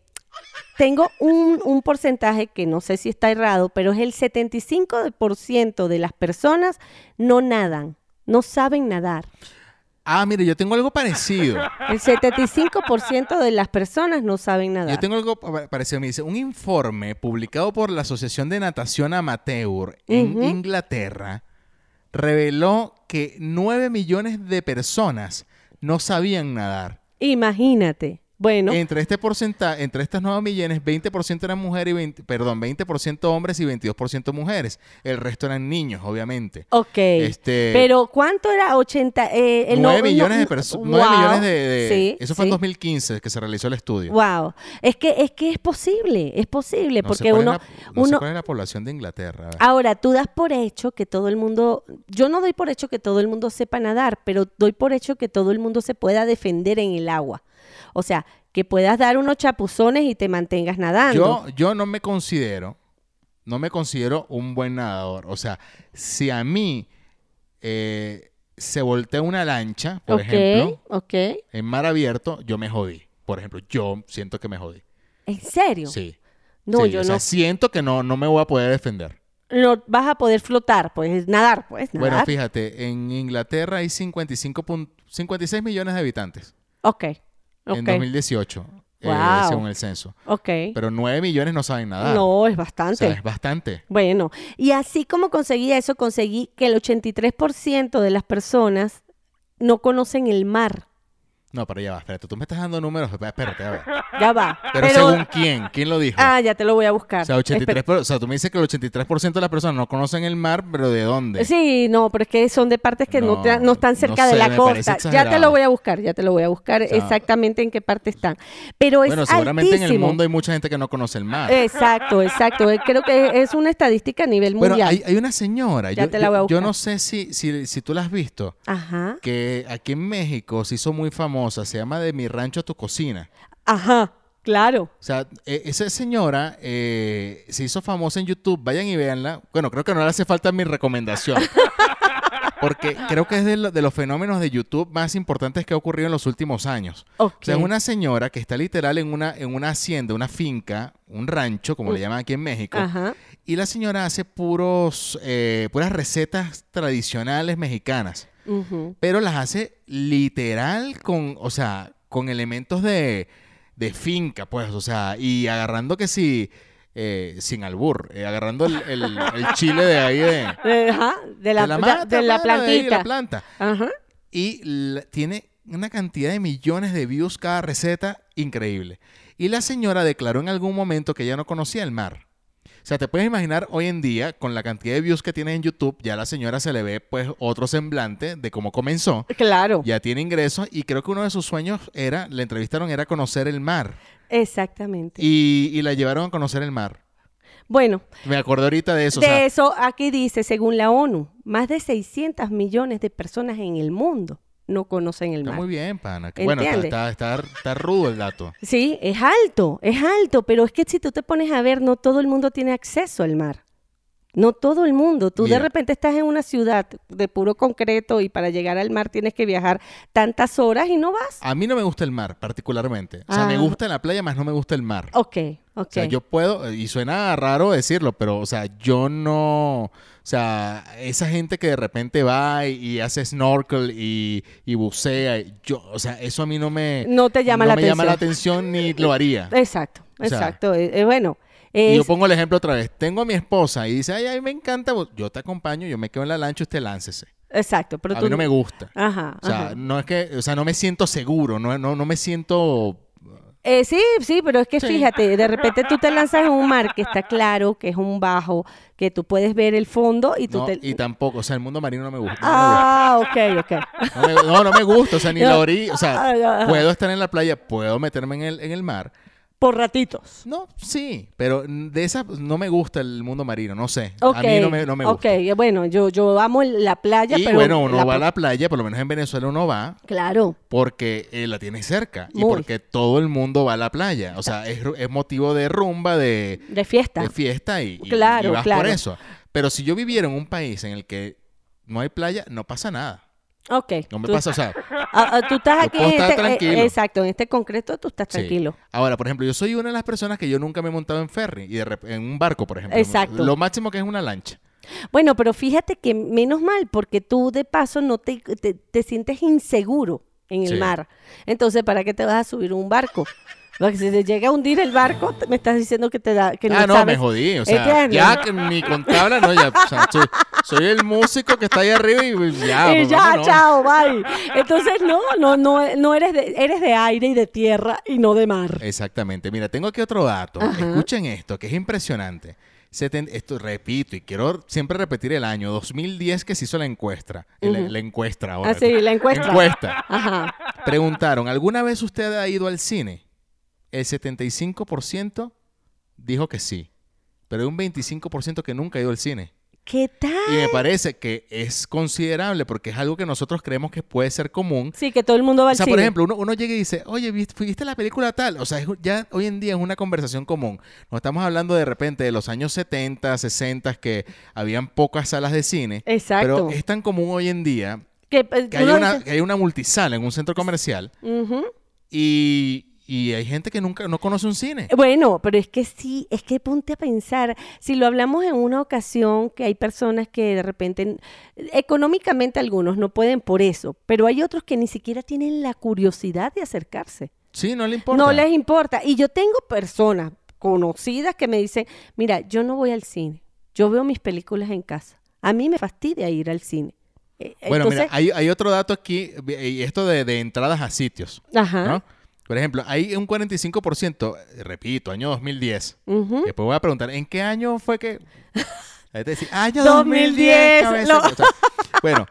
Speaker 2: Tengo un, un porcentaje que no sé si está errado, pero es el 75% de las personas no nadan, no saben nadar.
Speaker 1: Ah, mire, yo tengo algo
Speaker 2: (laughs)
Speaker 1: parecido.
Speaker 2: El 75% de las personas no saben nadar.
Speaker 1: Yo tengo algo pa- parecido. Me dice, un informe publicado por la Asociación de Natación Amateur en
Speaker 2: Ujú.
Speaker 1: Inglaterra reveló que 9 millones de personas no sabían nadar.
Speaker 2: Imagínate. Bueno,
Speaker 1: Entre este porcentaje, entre estas 9 millones, 20% eran mujeres y 20, perdón, 20% hombres y 22% mujeres. El resto eran niños, obviamente.
Speaker 2: ok.
Speaker 1: este-
Speaker 2: pero ¿cuánto era? 80. Eh, el
Speaker 1: 9
Speaker 2: no- no-
Speaker 1: millones de personas, 9
Speaker 2: Wow.
Speaker 1: millones de, de-
Speaker 2: Sí,
Speaker 1: eso fue en
Speaker 2: sí.
Speaker 1: 2015 que se realizó el estudio.
Speaker 2: Wow, es que es que es posible, es posible
Speaker 1: No sé
Speaker 2: porque
Speaker 1: cuál es
Speaker 2: uno
Speaker 1: la- no sé
Speaker 2: uno
Speaker 1: cuál es la población de Inglaterra.
Speaker 2: ahora tú das por hecho que todo el mundo yo no doy por hecho que todo el mundo sepa nadar, pero doy por hecho que todo el mundo se pueda defender en el agua. O sea, que puedas dar unos chapuzones y te mantengas nadando.
Speaker 1: Yo, yo no me considero, no me considero un buen nadador. O sea, si a mí eh, se voltea una lancha, por
Speaker 2: ok,
Speaker 1: ejemplo,
Speaker 2: ok.
Speaker 1: en mar abierto, yo me jodí. Por ejemplo, yo siento que me jodí.
Speaker 2: ¿En serio?
Speaker 1: Sí.
Speaker 2: no,
Speaker 1: Sí,
Speaker 2: yo
Speaker 1: o sea,
Speaker 2: no,
Speaker 1: siento que no, no me voy a poder defender.
Speaker 2: no vas a poder flotar, pues nadar, pues nadar.
Speaker 1: Bueno, fíjate, en Inglaterra hay 55 pun- 56 millones de habitantes
Speaker 2: ok.
Speaker 1: en
Speaker 2: Ok.
Speaker 1: 2018, eh,
Speaker 2: Wow.
Speaker 1: según el censo.
Speaker 2: ok.
Speaker 1: Pero 9 millones no saben nadar.
Speaker 2: No, es
Speaker 1: O
Speaker 2: bastante.
Speaker 1: sea, es bastante.
Speaker 2: Bueno, y así como conseguí eso, conseguí que el 83% de las personas no conocen el mar.
Speaker 1: No, pero ya va, espérate, tú me estás dando números. Espérate, Espérate, a ver.
Speaker 2: Ya va.
Speaker 1: (laughs) Pero, según quién, ¿quién lo dijo?
Speaker 2: Ah, ya te lo voy a buscar.
Speaker 1: o, sea, 83,
Speaker 2: Espe-
Speaker 1: por- o sea, tú me dices que el 83% de las personas no conocen el mar, pero ¿de dónde?
Speaker 2: Sí, no, pero es que son de partes que no,
Speaker 1: No,
Speaker 2: te- no están
Speaker 1: no
Speaker 2: cerca
Speaker 1: sé,
Speaker 2: de
Speaker 1: me
Speaker 2: la
Speaker 1: parece
Speaker 2: costa. Ya te
Speaker 1: exagerado.
Speaker 2: lo voy a buscar, ya te lo voy a buscar
Speaker 1: sea,
Speaker 2: exactamente en qué parte están. Pero es
Speaker 1: bueno, seguramente en el
Speaker 2: altísimo. Eh,
Speaker 1: mundo hay mucha gente que no conoce el mar.
Speaker 2: Exacto, exacto. Eh, Creo que es una estadística a nivel
Speaker 1: bueno,
Speaker 2: mundial.
Speaker 1: hay, hay una señora,
Speaker 2: Ya
Speaker 1: yo,
Speaker 2: te la voy a
Speaker 1: yo- yo
Speaker 2: buscar.
Speaker 1: no sé si, si, si tú la has visto,
Speaker 2: Ajá,
Speaker 1: que aquí en México se hizo muy famosa, se llama De mi rancho a tu cocina.
Speaker 2: ajá, claro.
Speaker 1: O sea, e- esa señora eh, se hizo famosa en YouTube. Vayan y véanla. Bueno, creo que no le hace falta mi
Speaker 2: (laughs)
Speaker 1: recomendación. Porque creo que es de, lo- de los fenómenos de YouTube más importantes que ha ocurrido en los últimos años. O sea, es
Speaker 2: Ok.
Speaker 1: una señora que está literal en una, en una hacienda, una finca, un rancho, como le llaman aquí en México.
Speaker 2: Ajá.
Speaker 1: Y la señora hace puros, eh, puras recetas tradicionales mexicanas.
Speaker 2: ujú.
Speaker 1: Pero las hace literal con, o sea, con elementos de, de finca, pues, o sea, y agarrando que si, eh, sin albur, eh, agarrando el, el-
Speaker 2: (laughs)
Speaker 1: el chile de ahí de,
Speaker 2: Eh, Ajá, de la,
Speaker 1: de
Speaker 2: de-
Speaker 1: mata,
Speaker 2: de la
Speaker 1: mano, de ahí de
Speaker 2: plantita.
Speaker 1: la planta.
Speaker 2: Ajá.
Speaker 1: Y la- tiene una cantidad de millones de views cada receta increíble. Y la señora declaró en algún momento que ya no conocía el mar. O sea, te puedes imaginar hoy en día, con la cantidad de views que tiene en YouTube, ya a la señora se le ve pues otro semblante de cómo comenzó.
Speaker 2: Claro.
Speaker 1: Ya tiene ingresos y creo que uno de sus sueños era, le entrevistaron, era conocer el mar.
Speaker 2: Exactamente.
Speaker 1: Y, y la llevaron a conocer el mar.
Speaker 2: Bueno,
Speaker 1: Me acordé ahorita de eso. o
Speaker 2: de
Speaker 1: sea,
Speaker 2: eso aquí dice, según la ONU, más de 600 millones de personas en el mundo no conocen el
Speaker 1: está
Speaker 2: mar.
Speaker 1: muy bien, pana. Que Bueno, está,
Speaker 2: ¿Entiendes?
Speaker 1: está, está, está rudo el dato.
Speaker 2: Sí, es alto, es alto, pero es que si tú te pones a ver, no todo el mundo tiene acceso al mar. No todo el mundo. Tú
Speaker 1: Mira.
Speaker 2: de repente estás en una ciudad de puro concreto y para llegar al mar tienes que viajar tantas horas y no vas.
Speaker 1: A mí no me gusta el mar, particularmente. O sea, me
Speaker 2: Ah.
Speaker 1: gusta la playa, más no me gusta el mar.
Speaker 2: Ok,
Speaker 1: O
Speaker 2: ok.
Speaker 1: sea, yo puedo, y suena raro decirlo, pero, o sea, yo no, o sea, esa gente que de repente va y, y hace snorkel y, y bucea, y yo, o sea, eso a mí no me,
Speaker 2: No te llama la
Speaker 1: me llama la atención ni lo
Speaker 2: (laughs)
Speaker 1: haría.
Speaker 2: Exacto,
Speaker 1: O sea,
Speaker 2: exacto. Eh, eh, bueno,
Speaker 1: Y yo
Speaker 2: es-
Speaker 1: pongo el ejemplo otra vez, tengo a mi esposa y dice, ay, ay, me encanta, bu-". yo te acompaño, yo me quedo en la lancha, usted láncese.
Speaker 2: exacto, pero
Speaker 1: a
Speaker 2: tú
Speaker 1: mí no me gusta.
Speaker 2: Ajá,
Speaker 1: O sea,
Speaker 2: ajá.
Speaker 1: no es que, o sea, no me siento seguro, no, no, no me siento
Speaker 2: Eh, sí, sí, pero es que
Speaker 1: Sí.
Speaker 2: fíjate, de repente tú te lanzas en un mar que está claro, que es un bajo, que tú puedes ver el fondo y tú
Speaker 1: no,
Speaker 2: te...
Speaker 1: y tampoco, o sea, el mundo marino no me gusta. no me gusta.
Speaker 2: Ah, ok, ok.
Speaker 1: No, me- no, no me gusta, o sea, ni
Speaker 2: (laughs) No.
Speaker 1: la orilla, o sea,
Speaker 2: Ay, ajá.
Speaker 1: puedo estar en la playa, puedo meterme en el, en el mar.
Speaker 2: Por ratitos.
Speaker 1: No, sí, pero de esas no me gusta el mundo marino, no sé.
Speaker 2: Ok,
Speaker 1: A mí no me, no me
Speaker 2: ok,
Speaker 1: gusta.
Speaker 2: eh, bueno, yo, yo amo el- la playa,
Speaker 1: Y
Speaker 2: pero...
Speaker 1: bueno, uno
Speaker 2: la
Speaker 1: va a
Speaker 2: pro-
Speaker 1: la playa, por lo menos en Venezuela uno va
Speaker 2: Claro,
Speaker 1: porque eh, la tiene cerca y
Speaker 2: Muy.
Speaker 1: porque todo el mundo va a la playa. O sea, es, ru- es motivo de rumba, de,
Speaker 2: de fiesta.
Speaker 1: de fiesta y, y-
Speaker 2: Claro,
Speaker 1: y vas
Speaker 2: claro.
Speaker 1: por eso. Pero si yo viviera en un país en el que no hay playa, no pasa nada.
Speaker 2: ok.
Speaker 1: No me
Speaker 2: tú,
Speaker 1: pasa, o sea,
Speaker 2: ah, ah, tú estás
Speaker 1: Yo
Speaker 2: aquí...
Speaker 1: puedo
Speaker 2: en
Speaker 1: estar
Speaker 2: este- eh,
Speaker 1: tranquilo.
Speaker 2: exacto, en este concreto tú estás
Speaker 1: Sí.
Speaker 2: tranquilo.
Speaker 1: Ahora, por ejemplo, yo soy una de las personas que yo nunca me he montado en ferry y de rep- en un barco, por ejemplo.
Speaker 2: Exacto.
Speaker 1: Lo máximo que es una lancha.
Speaker 2: Bueno, pero fíjate que menos mal, porque tú de paso no te, te, te sientes inseguro en el
Speaker 1: Sí.
Speaker 2: mar. Entonces, ¿para qué te vas a subir a un barco? Porque si te llega a hundir el barco, te- me estás diciendo que te da que
Speaker 1: ah, no,
Speaker 2: sabes.
Speaker 1: me jodí. O sea,
Speaker 2: ¿Entiendes?
Speaker 1: ya que ni con tabla, no, ya. o sea, soy, soy el músico que está ahí arriba y ya.
Speaker 2: Y
Speaker 1: pues,
Speaker 2: ya,
Speaker 1: vámonos.
Speaker 2: chao, bye. Entonces, no, no, no, no eres de, eres de aire y de tierra y no de mar.
Speaker 1: Eh, Exactamente. Mira, tengo aquí otro dato. Escuchen esto, que es impresionante. Seten- esto repito y quiero siempre repetir el año 2010 que se hizo la encuesta. El- la,
Speaker 2: Ujú.
Speaker 1: encuesta ahora.
Speaker 2: Ah, sí, la encuesta.
Speaker 1: Encuesta.
Speaker 2: Ajá.
Speaker 1: Preguntaron, ¿alguna vez usted ha ido al cine? El 75% dijo que sí, pero hay un 25% que nunca ha ido al cine.
Speaker 2: ¿Qué
Speaker 1: Y
Speaker 2: tal?
Speaker 1: me parece que es considerable porque es algo que nosotros creemos que puede ser común.
Speaker 2: Sí, que todo el mundo va
Speaker 1: O
Speaker 2: al
Speaker 1: sea, por
Speaker 2: cine.
Speaker 1: ejemplo, uno, uno llega y dice, oye, ¿viste, ¿viste la película tal? O sea, es- ya hoy en día es una conversación común. No estamos hablando de repente de los años 70, 60, que habían pocas salas de cine.
Speaker 2: Exacto.
Speaker 1: Pero es tan común hoy en día
Speaker 2: que, eh,
Speaker 1: que hay
Speaker 2: uno
Speaker 1: una,
Speaker 2: dice-
Speaker 1: que hay una multisala en un centro comercial
Speaker 2: Ujú.
Speaker 1: y, y hay gente que nunca no conoce un
Speaker 2: Eh,
Speaker 1: cine.
Speaker 2: Bueno, pero es que sí, es que ponte a pensar, si lo hablamos en una ocasión, que hay personas que de repente, económicamente algunos no pueden por eso, pero hay otros que ni siquiera tienen la curiosidad de acercarse.
Speaker 1: Sí, no le importa.
Speaker 2: No les importa. Y yo tengo personas conocidas que me dicen, mira, yo no voy al cine, yo veo mis películas en casa. A mí me fastidia ir al cine. Eh,
Speaker 1: Bueno,
Speaker 2: Entonces,
Speaker 1: mira, hay, hay otro dato aquí, eh, y esto de, de entradas a sitios,
Speaker 2: ajá.
Speaker 1: ¿no? Por ejemplo, hay un 45%, repito, año 2010.
Speaker 2: ujú.
Speaker 1: Después voy a preguntar, ¿en qué año fue
Speaker 2: (laughs)
Speaker 1: que...? La gente dice, "Ah, año
Speaker 2: 2010,
Speaker 1: 2010.
Speaker 2: no.
Speaker 1: cabeza". O sea, bueno,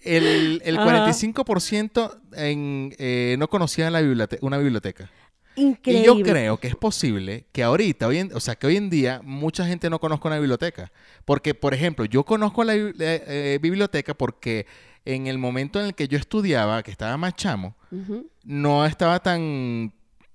Speaker 1: el, el
Speaker 2: Ajá.
Speaker 1: 45% en, eh, no conocía la bibliote- una biblioteca.
Speaker 2: Increíble.
Speaker 1: Y yo creo que es posible que ahorita, hoy en- o sea, que hoy en día mucha gente no conozca una biblioteca. Porque, por ejemplo, yo conozco la bibli- eh, eh, biblioteca porque en el momento en el que yo estudiaba, que estaba más chamo,
Speaker 2: Ujú.
Speaker 1: no estaba tan...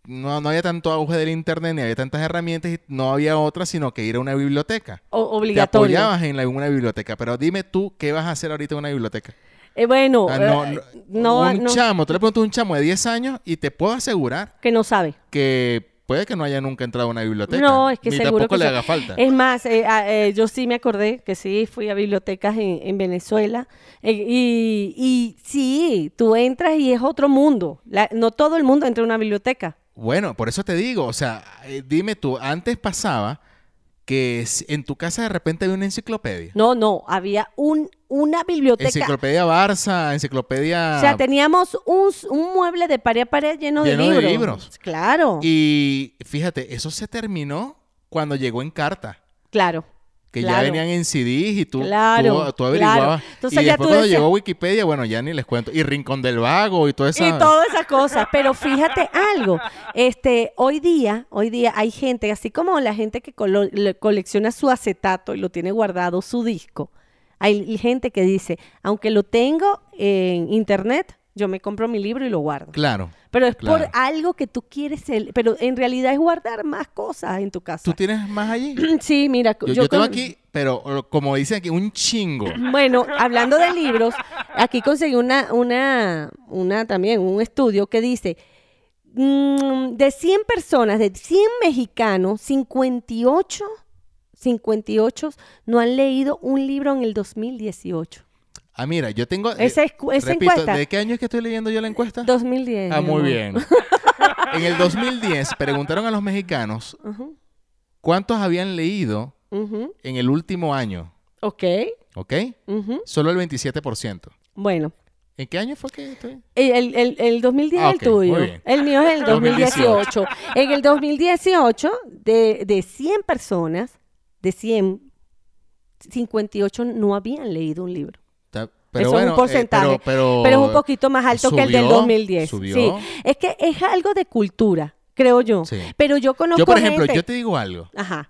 Speaker 1: No, no había tanto auge del internet, ni había tantas herramientas, y no había otra, sino que ir a una biblioteca.
Speaker 2: O-
Speaker 1: Te
Speaker 2: obligatorio.
Speaker 1: apoyabas en, la- en una biblioteca, pero dime tú, ¿qué vas a hacer ahorita en una biblioteca?
Speaker 2: Eh, bueno,
Speaker 1: O sea, no,
Speaker 2: eh,
Speaker 1: no-
Speaker 2: no,
Speaker 1: un
Speaker 2: no-
Speaker 1: chamo, tú le preguntas a un chamo de 10 años y te puedo asegurar
Speaker 2: que no sabe.
Speaker 1: que puede que no haya nunca entrado a una biblioteca.
Speaker 2: No, es que
Speaker 1: Ni
Speaker 2: seguro
Speaker 1: tampoco
Speaker 2: que
Speaker 1: le
Speaker 2: sí.
Speaker 1: haga falta.
Speaker 2: Es más, eh, ah, eh, yo sí me acordé que sí fui a bibliotecas en, en Venezuela eh, y, y sí, tú entras y es otro mundo. La- no todo el mundo entra a una biblioteca.
Speaker 1: Bueno, por eso te digo, o sea, eh, dime tú, antes pasaba que s- en tu casa de repente había una enciclopedia.
Speaker 2: No, no, había un, una biblioteca.
Speaker 1: Enciclopedia Barça, enciclopedia...
Speaker 2: O sea, teníamos un, s- un mueble de pared a pared lleno,
Speaker 1: Lleno
Speaker 2: de
Speaker 1: de
Speaker 2: libros.
Speaker 1: libros.
Speaker 2: Claro,
Speaker 1: Y fíjate, eso se terminó cuando llegó en carta.
Speaker 2: Claro.
Speaker 1: Que ya
Speaker 2: claro.
Speaker 1: venían en CDs y tú,
Speaker 2: Claro,
Speaker 1: tú, tú averiguabas.
Speaker 2: claro. Entonces
Speaker 1: y
Speaker 2: ya
Speaker 1: después
Speaker 2: tú
Speaker 1: cuando
Speaker 2: decías-
Speaker 1: llegó Wikipedia, bueno, ya ni les cuento. Y Rincón del Vago y todo eso.
Speaker 2: Y todas esas cosas. Pero fíjate algo, este, hoy día, hoy día hay gente, así como la gente que colo- le- colecciona su acetato y lo tiene guardado, su disco, hay gente que dice, aunque lo tengo en internet, yo me compro mi libro y lo guardo.
Speaker 1: Claro.
Speaker 2: Pero es
Speaker 1: claro.
Speaker 2: por algo que tú quieres, el- pero en realidad es guardar más cosas en tu casa.
Speaker 1: ¿Tú tienes más allí?
Speaker 2: Sí, mira,
Speaker 1: Yo, yo tengo
Speaker 2: con-
Speaker 1: aquí, pero o- como dicen aquí, un chingo.
Speaker 2: Bueno, hablando de libros, aquí conseguí una, una, una también, un estudio que dice, mm, de 100 personas, de 100 mexicanos, 58, 58 no han leído un libro en el 2018.
Speaker 1: Ah, mira, yo tengo. eh,
Speaker 2: Esa, escu- esa
Speaker 1: repito,
Speaker 2: encuesta,
Speaker 1: ¿de qué año es que estoy leyendo yo la encuesta?
Speaker 2: 2010.
Speaker 1: ah,
Speaker 2: mi
Speaker 1: muy
Speaker 2: amor. (laughs)
Speaker 1: bien. en el 2010 preguntaron a los mexicanos
Speaker 2: Ujú,
Speaker 1: cuántos habían leído
Speaker 2: ujú,
Speaker 1: en el último año,
Speaker 2: Ok.
Speaker 1: ¿ok?
Speaker 2: ujú.
Speaker 1: Solo el 27%.
Speaker 2: Bueno,
Speaker 1: ¿En qué año fue que estoy?
Speaker 2: el, el- el 2010
Speaker 1: Ah,
Speaker 2: es
Speaker 1: ok,
Speaker 2: el tuyo.
Speaker 1: muy bien.
Speaker 2: El mío es
Speaker 1: (laughs)
Speaker 2: el
Speaker 1: 2018.
Speaker 2: 2018. en el 2018, de, de 100 personas, de 100, 58 no habían leído un libro.
Speaker 1: Está-
Speaker 2: Eso es un
Speaker 1: eh,
Speaker 2: porcentaje,
Speaker 1: pero, pero,
Speaker 2: Pero es un poquito más alto que el del
Speaker 1: subió,
Speaker 2: 2010.
Speaker 1: subió.
Speaker 2: Sí. Es que es algo de cultura, creo yo.
Speaker 1: Sí.
Speaker 2: Pero yo conozco
Speaker 1: Yo, por ejemplo,
Speaker 2: gente...
Speaker 1: yo te digo algo.
Speaker 2: Ajá,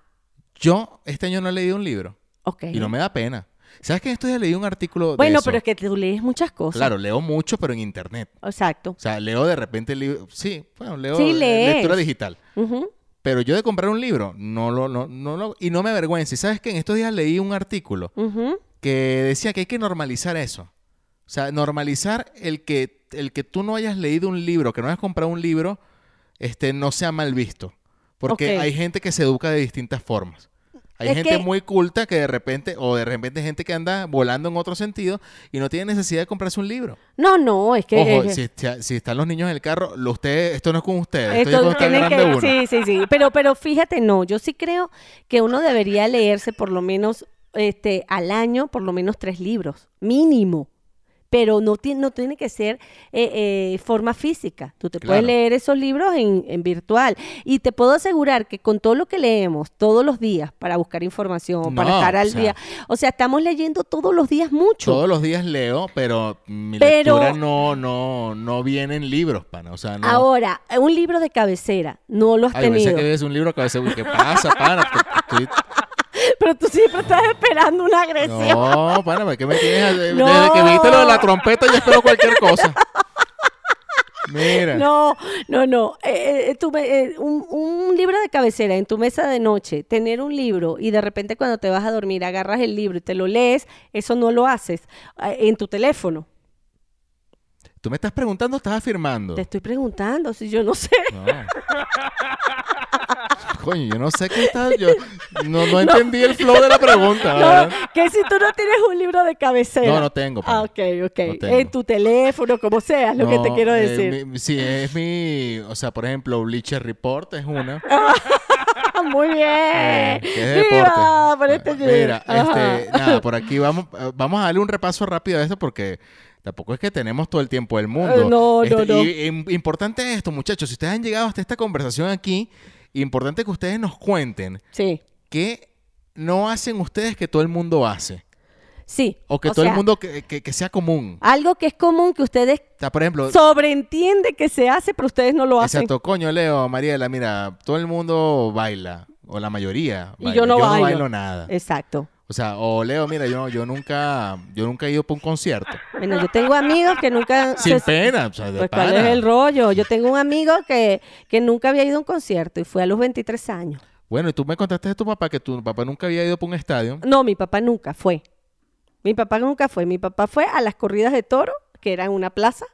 Speaker 1: Yo este año no he leído un libro
Speaker 2: ok.
Speaker 1: y no me da pena. ¿Sabes que esto ya leí un artículo de
Speaker 2: bueno,
Speaker 1: eso?
Speaker 2: pero es que tú lees muchas cosas.
Speaker 1: Claro, leo mucho, pero en internet.
Speaker 2: Exacto.
Speaker 1: O sea, leo de repente libro. Sí, bueno, leo
Speaker 2: Sí,
Speaker 1: eh,
Speaker 2: lees.
Speaker 1: lectura digital.
Speaker 2: Ujú.
Speaker 1: Pero yo de comprar un libro, no lo, no, no lo, y no me avergüenza. Y sabes que en estos días leí un artículo
Speaker 2: Ujú.
Speaker 1: que decía que hay que normalizar eso. O sea, normalizar el que, el que tú no hayas leído un libro, que no hayas comprado un libro, este, no sea mal visto. Porque
Speaker 2: Ok.
Speaker 1: hay gente que se educa de distintas formas. Hay
Speaker 2: Es
Speaker 1: gente
Speaker 2: que-
Speaker 1: muy culta que de repente, o de repente gente que anda volando en otro sentido y no tiene necesidad de comprarse un libro.
Speaker 2: No, no, es que...
Speaker 1: Ojo,
Speaker 2: es-
Speaker 1: si, está- si están los niños en el carro, lo, ustedes, esto no es con ustedes, esto,
Speaker 2: Esto
Speaker 1: es con esta
Speaker 2: tiene
Speaker 1: grande
Speaker 2: que-
Speaker 1: uno.
Speaker 2: Sí, sí, sí. Pero, pero fíjate, no, yo sí creo que uno debería leerse por lo menos este, al año, por lo menos tres libros, mínimo. Pero no, ti- no tiene que ser eh, eh, forma física. Tú te puedes
Speaker 1: Claro.
Speaker 2: leer esos libros en, en virtual. Y te puedo asegurar que con todo lo que leemos todos los días para buscar información, para
Speaker 1: No,
Speaker 2: estar
Speaker 1: o
Speaker 2: al
Speaker 1: sea-
Speaker 2: día. O sea, estamos leyendo todos los días mucho.
Speaker 1: Todos los días leo, pero mi
Speaker 2: Pero-
Speaker 1: lectura no, no, no viene en libros, pana. O sea, no.
Speaker 2: Ahora, un libro de cabecera, no lo has
Speaker 1: Ay, pensé
Speaker 2: tenido.
Speaker 1: que es un libro que a veces, uy, ¿qué pasa, pana? Te-
Speaker 2: (laughs)
Speaker 1: estoy-
Speaker 2: Pero tú siempre estás esperando una agresión.
Speaker 1: No, pana, ¿por ¿qué me tienes? Desde
Speaker 2: No.
Speaker 1: que viste lo de la trompeta, yo espero cualquier cosa. Mira.
Speaker 2: No, no, no. Eh, eh, tú me- eh, un, un libro de cabecera en tu mesa de noche, tener un libro y de repente cuando te vas a dormir agarras el libro y te lo lees, eso no lo haces eh, en tu teléfono.
Speaker 1: Tú me estás preguntando, o estás afirmando.
Speaker 2: Te estoy preguntando si yo no sé.
Speaker 1: No. Coño, yo no sé qué estás. Yo
Speaker 2: (laughs)
Speaker 1: no, no entendí el flow de la pregunta. la
Speaker 2: No,
Speaker 1: verdad.
Speaker 2: que si tú no tienes un libro de cabecera.
Speaker 1: Ah. No, no tengo, pana.
Speaker 2: Ah, ok, ok.
Speaker 1: No tengo.
Speaker 2: en tu teléfono, como sea, es lo que te
Speaker 1: No,
Speaker 2: quiero
Speaker 1: eh,
Speaker 2: decir.
Speaker 1: mi- sí, es mi. O sea, por ejemplo, Bleacher Report es una.
Speaker 2: Ah, Muy bien.
Speaker 1: (laughs) Eh, que es deporte.
Speaker 2: Viva por este
Speaker 1: Eh,
Speaker 2: libro.
Speaker 1: Mira,
Speaker 2: Ajá.
Speaker 1: este, nada, por aquí vamos, eh, vamos a darle un repaso rápido a esto porque tampoco es que tenemos todo el tiempo del mundo.
Speaker 2: Eh, no,
Speaker 1: Este,
Speaker 2: no, no.
Speaker 1: y, em, importante esto, muchachos, si ustedes han llegado hasta esta conversación aquí, importante que ustedes nos cuenten
Speaker 2: Sí,
Speaker 1: qué no hacen ustedes que todo el mundo hace
Speaker 2: sí.
Speaker 1: o que todo el
Speaker 2: sea, ah,
Speaker 1: mundo que, que- que sea común.
Speaker 2: Algo que es común que ustedes
Speaker 1: O sea, por ejemplo,
Speaker 2: sobreentiende que se hace, pero ustedes no lo hacen.
Speaker 1: exacto, coño, Leo, Mariela, mira, todo el mundo baila o la mayoría.
Speaker 2: Y
Speaker 1: baila.
Speaker 2: yo no bailo.
Speaker 1: nada.
Speaker 2: Exacto.
Speaker 1: O sea, o Leo, mira, yo, yo nunca, yo nunca he ido para un
Speaker 2: (laughs)
Speaker 1: concierto.
Speaker 2: Bueno, yo tengo amigos que
Speaker 1: (laughs)
Speaker 2: nunca...
Speaker 1: Sin
Speaker 2: se-
Speaker 1: pena, o sea, de
Speaker 2: Pues cuál
Speaker 1: pana.
Speaker 2: es el rollo. Yo tengo un amigo que, que nunca había ido a un concierto y fue a los 23 años.
Speaker 1: Bueno, y tú me contaste de tu papá que tu papá nunca había ido para un estadio.
Speaker 2: No, mi papá nunca fue. Mi papá nunca fue. Mi papá fue a las corridas de toro, que era en una plaza.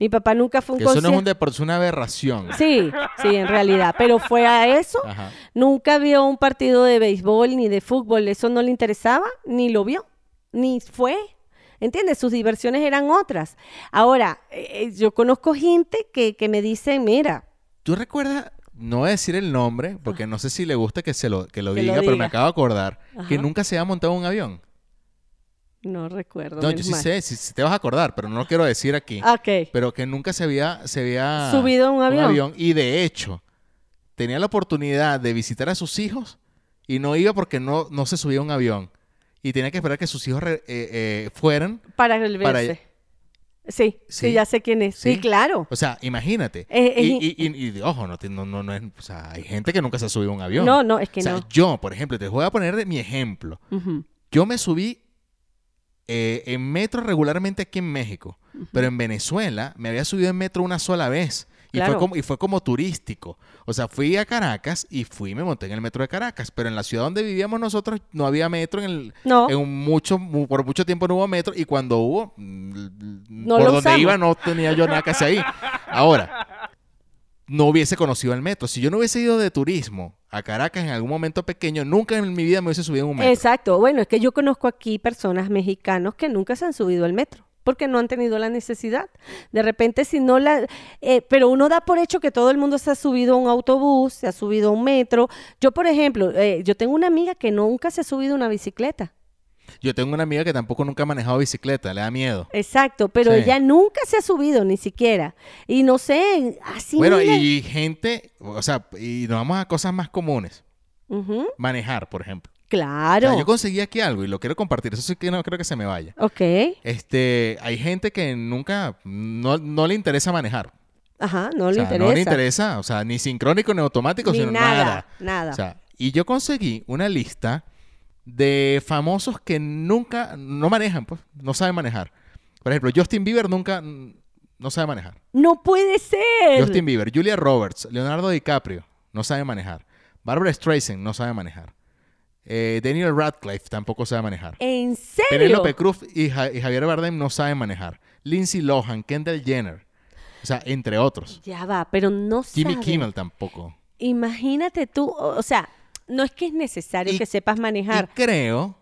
Speaker 2: Mi papá nunca fue a un
Speaker 1: Que eso no es un
Speaker 2: concierto.
Speaker 1: deporte, es una aberración.
Speaker 2: Sí, sí, en realidad. Pero fue a eso.
Speaker 1: Ajá.
Speaker 2: Nunca vio un partido de béisbol ni de fútbol, eso no le interesaba, ni lo vio, ni fue. ¿Entiendes? Sus diversiones eran otras. Ahora, eh, eh, yo conozco gente que, que me dice, mira,
Speaker 1: ¿Tú recuerdas? No voy a decir el nombre, porque no sé si le gusta que se lo, que lo,
Speaker 2: Que lo
Speaker 1: diga, pero me
Speaker 2: diga.
Speaker 1: acabo de acordar que
Speaker 2: Ajá.
Speaker 1: nunca se había montado en un avión.
Speaker 2: no recuerdo.
Speaker 1: No, yo
Speaker 2: menos
Speaker 1: sí
Speaker 2: mal.
Speaker 1: sé, sí, sí te vas a acordar, pero no lo quiero decir aquí.
Speaker 2: Ok.
Speaker 1: Pero que nunca se había, se había
Speaker 2: Subido a un avión.
Speaker 1: Y de hecho, tenía la oportunidad de visitar a sus hijos Y no iba porque no, no se subía a un avión. Y tenía que esperar que sus hijos re- eh, eh, fueran.
Speaker 2: Para el
Speaker 1: Para-
Speaker 2: verse. Sí, sí,
Speaker 1: Sí.
Speaker 2: ya sé quién es. Sí,
Speaker 1: Sí.
Speaker 2: claro.
Speaker 1: O sea, imagínate.
Speaker 2: Eh, eh,
Speaker 1: y, y- y- y- ojo, no, te- no, no, no es, o sea, hay gente que nunca se ha subido a un avión.
Speaker 2: No, no, es que
Speaker 1: o sea,
Speaker 2: no.
Speaker 1: yo, por ejemplo, te voy a poner de mi ejemplo.
Speaker 2: Ujú,
Speaker 1: Yo me subí eh, en metro regularmente aquí en México, pero en Venezuela me había subido en metro una sola vez. Y,
Speaker 2: Claro.
Speaker 1: fue como, y fue como turístico. O sea, fui a Caracas y fui, y me monté en el metro de Caracas. Pero en la ciudad donde vivíamos nosotros no había metro. En el,
Speaker 2: No.
Speaker 1: en un mucho, mu- por mucho tiempo no hubo metro. Y cuando hubo, mm,
Speaker 2: No
Speaker 1: por
Speaker 2: lo
Speaker 1: donde
Speaker 2: usamos.
Speaker 1: iba no tenía yo nada que hacer ahí. Ahora, no hubiese conocido el metro. Si yo no hubiese ido de turismo a Caracas en algún momento pequeño, nunca en mi vida me hubiese subido en un metro.
Speaker 2: Exacto. Bueno, es que yo conozco aquí personas mexicanos que nunca se han subido al metro porque no han tenido la necesidad. De repente, si no la... eh, pero uno da por hecho que todo el mundo se ha subido a un autobús, se ha subido a un metro. Yo, por ejemplo, eh, yo tengo una amiga que nunca se ha subido a una bicicleta.
Speaker 1: Yo tengo una amiga que tampoco nunca ha manejado bicicleta, le da miedo.
Speaker 2: Exacto, pero
Speaker 1: Sí.
Speaker 2: ella nunca se ha subido, ni siquiera. Y no sé, así...
Speaker 1: bueno,
Speaker 2: miles-
Speaker 1: y gente, o sea, y nos vamos a cosas más comunes.
Speaker 2: Ujú,
Speaker 1: Manejar, por ejemplo. O
Speaker 2: Claro.
Speaker 1: sea, yo conseguí aquí algo y lo quiero compartir. Eso sí que no creo que se me vaya.
Speaker 2: Ok.
Speaker 1: Este, hay gente que nunca, no, no le interesa manejar.
Speaker 2: Ajá, no
Speaker 1: O
Speaker 2: le
Speaker 1: sea,
Speaker 2: interesa.
Speaker 1: No le interesa, o sea, ni sincrónico ni automático,
Speaker 2: Ni
Speaker 1: sino
Speaker 2: nada,
Speaker 1: nada.
Speaker 2: nada.
Speaker 1: O sea, y yo conseguí una lista de famosos que nunca, no manejan, pues, no saben manejar. Por ejemplo, Justin Bieber nunca, mm, no sabe manejar.
Speaker 2: No puede ser.
Speaker 1: Justin Bieber, Julia Roberts, Leonardo DiCaprio, no sabe manejar. Barbara Streisand no sabe manejar. Eh, Daniel Radcliffe tampoco sabe manejar.
Speaker 2: ¿En serio?
Speaker 1: Penélope Cruz y, Ja- y Javier Bardem no saben manejar. Lindsay Lohan, Kendall Jenner, o sea, entre otros.
Speaker 2: Ya va, pero no
Speaker 1: Jimmy
Speaker 2: sabe.
Speaker 1: Kimmel tampoco.
Speaker 2: Imagínate tú, o o sea, no es que es necesario
Speaker 1: Y-
Speaker 2: que sepas manejar.
Speaker 1: Y creo,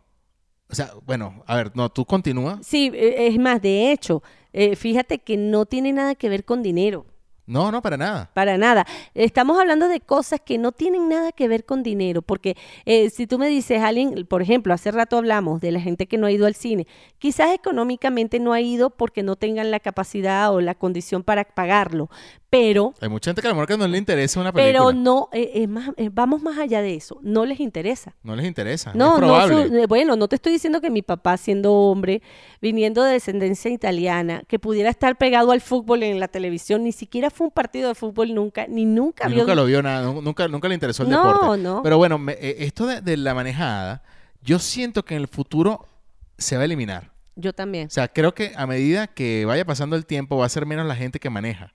Speaker 1: o sea, bueno, a ver, no, tú continúa.
Speaker 2: Sí, eh, es más, de hecho, eh, fíjate que no tiene nada que ver con dinero,
Speaker 1: No, no, para nada.
Speaker 2: para nada. Estamos hablando de cosas que no tienen nada que ver con dinero, porque eh, si tú me dices, alguien, por ejemplo, hace rato hablamos de la gente que no ha ido al cine, quizás económicamente no ha ido porque no tengan la capacidad o la condición para pagarlo, pero
Speaker 1: Hay mucha gente que a lo mejor que no le interesa una película.
Speaker 2: Pero
Speaker 1: no,
Speaker 2: no, eh, es más, eh, vamos más allá de eso, no les interesa.
Speaker 1: les interesa.
Speaker 2: No,
Speaker 1: Ah, es
Speaker 2: no,
Speaker 1: probable.
Speaker 2: su- eh, bueno, no te estoy diciendo que mi papá, siendo hombre, viniendo de descendencia italiana, que pudiera estar pegado al fútbol en la televisión, ni siquiera fue un partido de fútbol nunca, ni nunca
Speaker 1: Y
Speaker 2: vio.
Speaker 1: nunca lo vio nada, nu- nunca, nunca le interesó el
Speaker 2: No,
Speaker 1: deporte.
Speaker 2: no.
Speaker 1: Pero bueno, me- eh, esto de, de la manejada, yo siento que en el futuro se va a eliminar.
Speaker 2: Yo también.
Speaker 1: O sea, creo que a medida que vaya pasando el tiempo va a ser menos la gente que maneja.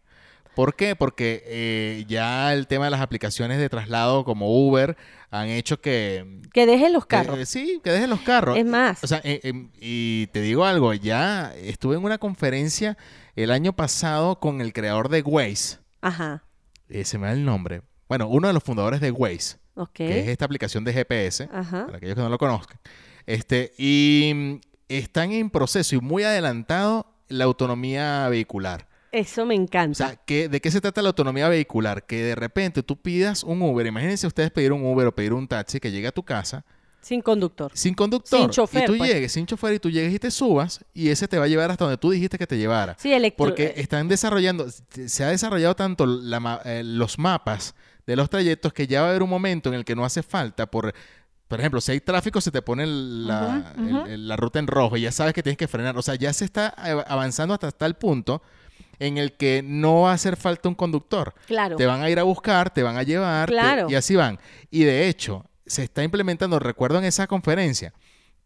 Speaker 1: ¿Por qué? Porque eh, ya el tema de las aplicaciones de traslado como Uber han hecho que...
Speaker 2: Que dejen los
Speaker 1: que- eh,
Speaker 2: carros.
Speaker 1: sí, que dejen los carros.
Speaker 2: es más,
Speaker 1: O sea, eh, eh, y te digo algo, ya estuve en una conferencia el año pasado con el creador de Waze.
Speaker 2: ajá,
Speaker 1: Eh, se me da el nombre. Bueno, uno de los fundadores de Waze,
Speaker 2: ok.
Speaker 1: que es esta aplicación de GPS,
Speaker 2: Ajá.
Speaker 1: para aquellos que no lo conozcan. Este, y mm, están en proceso y muy adelantado la autonomía vehicular.
Speaker 2: Eso me
Speaker 1: O
Speaker 2: encanta.
Speaker 1: sea, ¿qué- ¿de qué se trata la autonomía vehicular? Que de repente tú pidas un Uber, imagínense ustedes pedir un Uber o pedir un taxi que llegue a tu casa
Speaker 2: Sin conductor.
Speaker 1: sin conductor.
Speaker 2: Sin chofer,
Speaker 1: Y tú
Speaker 2: pues.
Speaker 1: llegues sin chofer y tú llegues y te subas y ese te va a llevar hasta donde tú dijiste que te llevara.
Speaker 2: Sí, electro. eh,
Speaker 1: Porque están desarrollando, se ha desarrollado tanto la ma- eh, los mapas de los trayectos que ya va a haber un momento en el que no hace falta por... Por ejemplo, si hay tráfico, se te pone el- la,
Speaker 2: Ujú, ujú.
Speaker 1: el- el- la ruta en rojo y ya sabes que tienes que frenar. O sea, ya se está av- avanzando hasta tal punto en el que no va a hacer falta un conductor.
Speaker 2: claro.
Speaker 1: Te van a ir a buscar, te van a llevar te-
Speaker 2: Claro.
Speaker 1: y así van. Y de hecho, se está implementando, recuerdo en esa conferencia,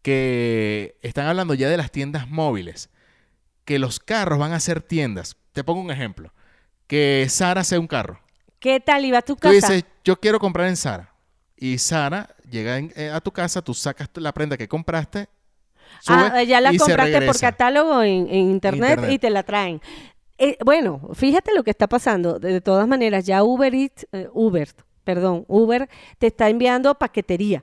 Speaker 1: que están hablando ya de las tiendas móviles, que los carros van a ser tiendas. Te pongo un ejemplo, que Sara sea un carro.
Speaker 2: ¿Qué tal? ¿Iba a tu
Speaker 1: Tú
Speaker 2: casa?
Speaker 1: dices, yo quiero comprar en Sara. Y Sara llega en- eh, a tu casa, tú sacas tu- la prenda que compraste.
Speaker 2: ah,
Speaker 1: sube
Speaker 2: ya
Speaker 1: y
Speaker 2: la
Speaker 1: se
Speaker 2: compraste por
Speaker 1: regresa.
Speaker 2: catálogo en, en internet,
Speaker 1: Internet.
Speaker 2: y te la traen. Eh, bueno, fíjate lo que está pasando. De, de todas maneras, ya Uber Eats, eh, Uber, perdón, Uber te está enviando paquetería.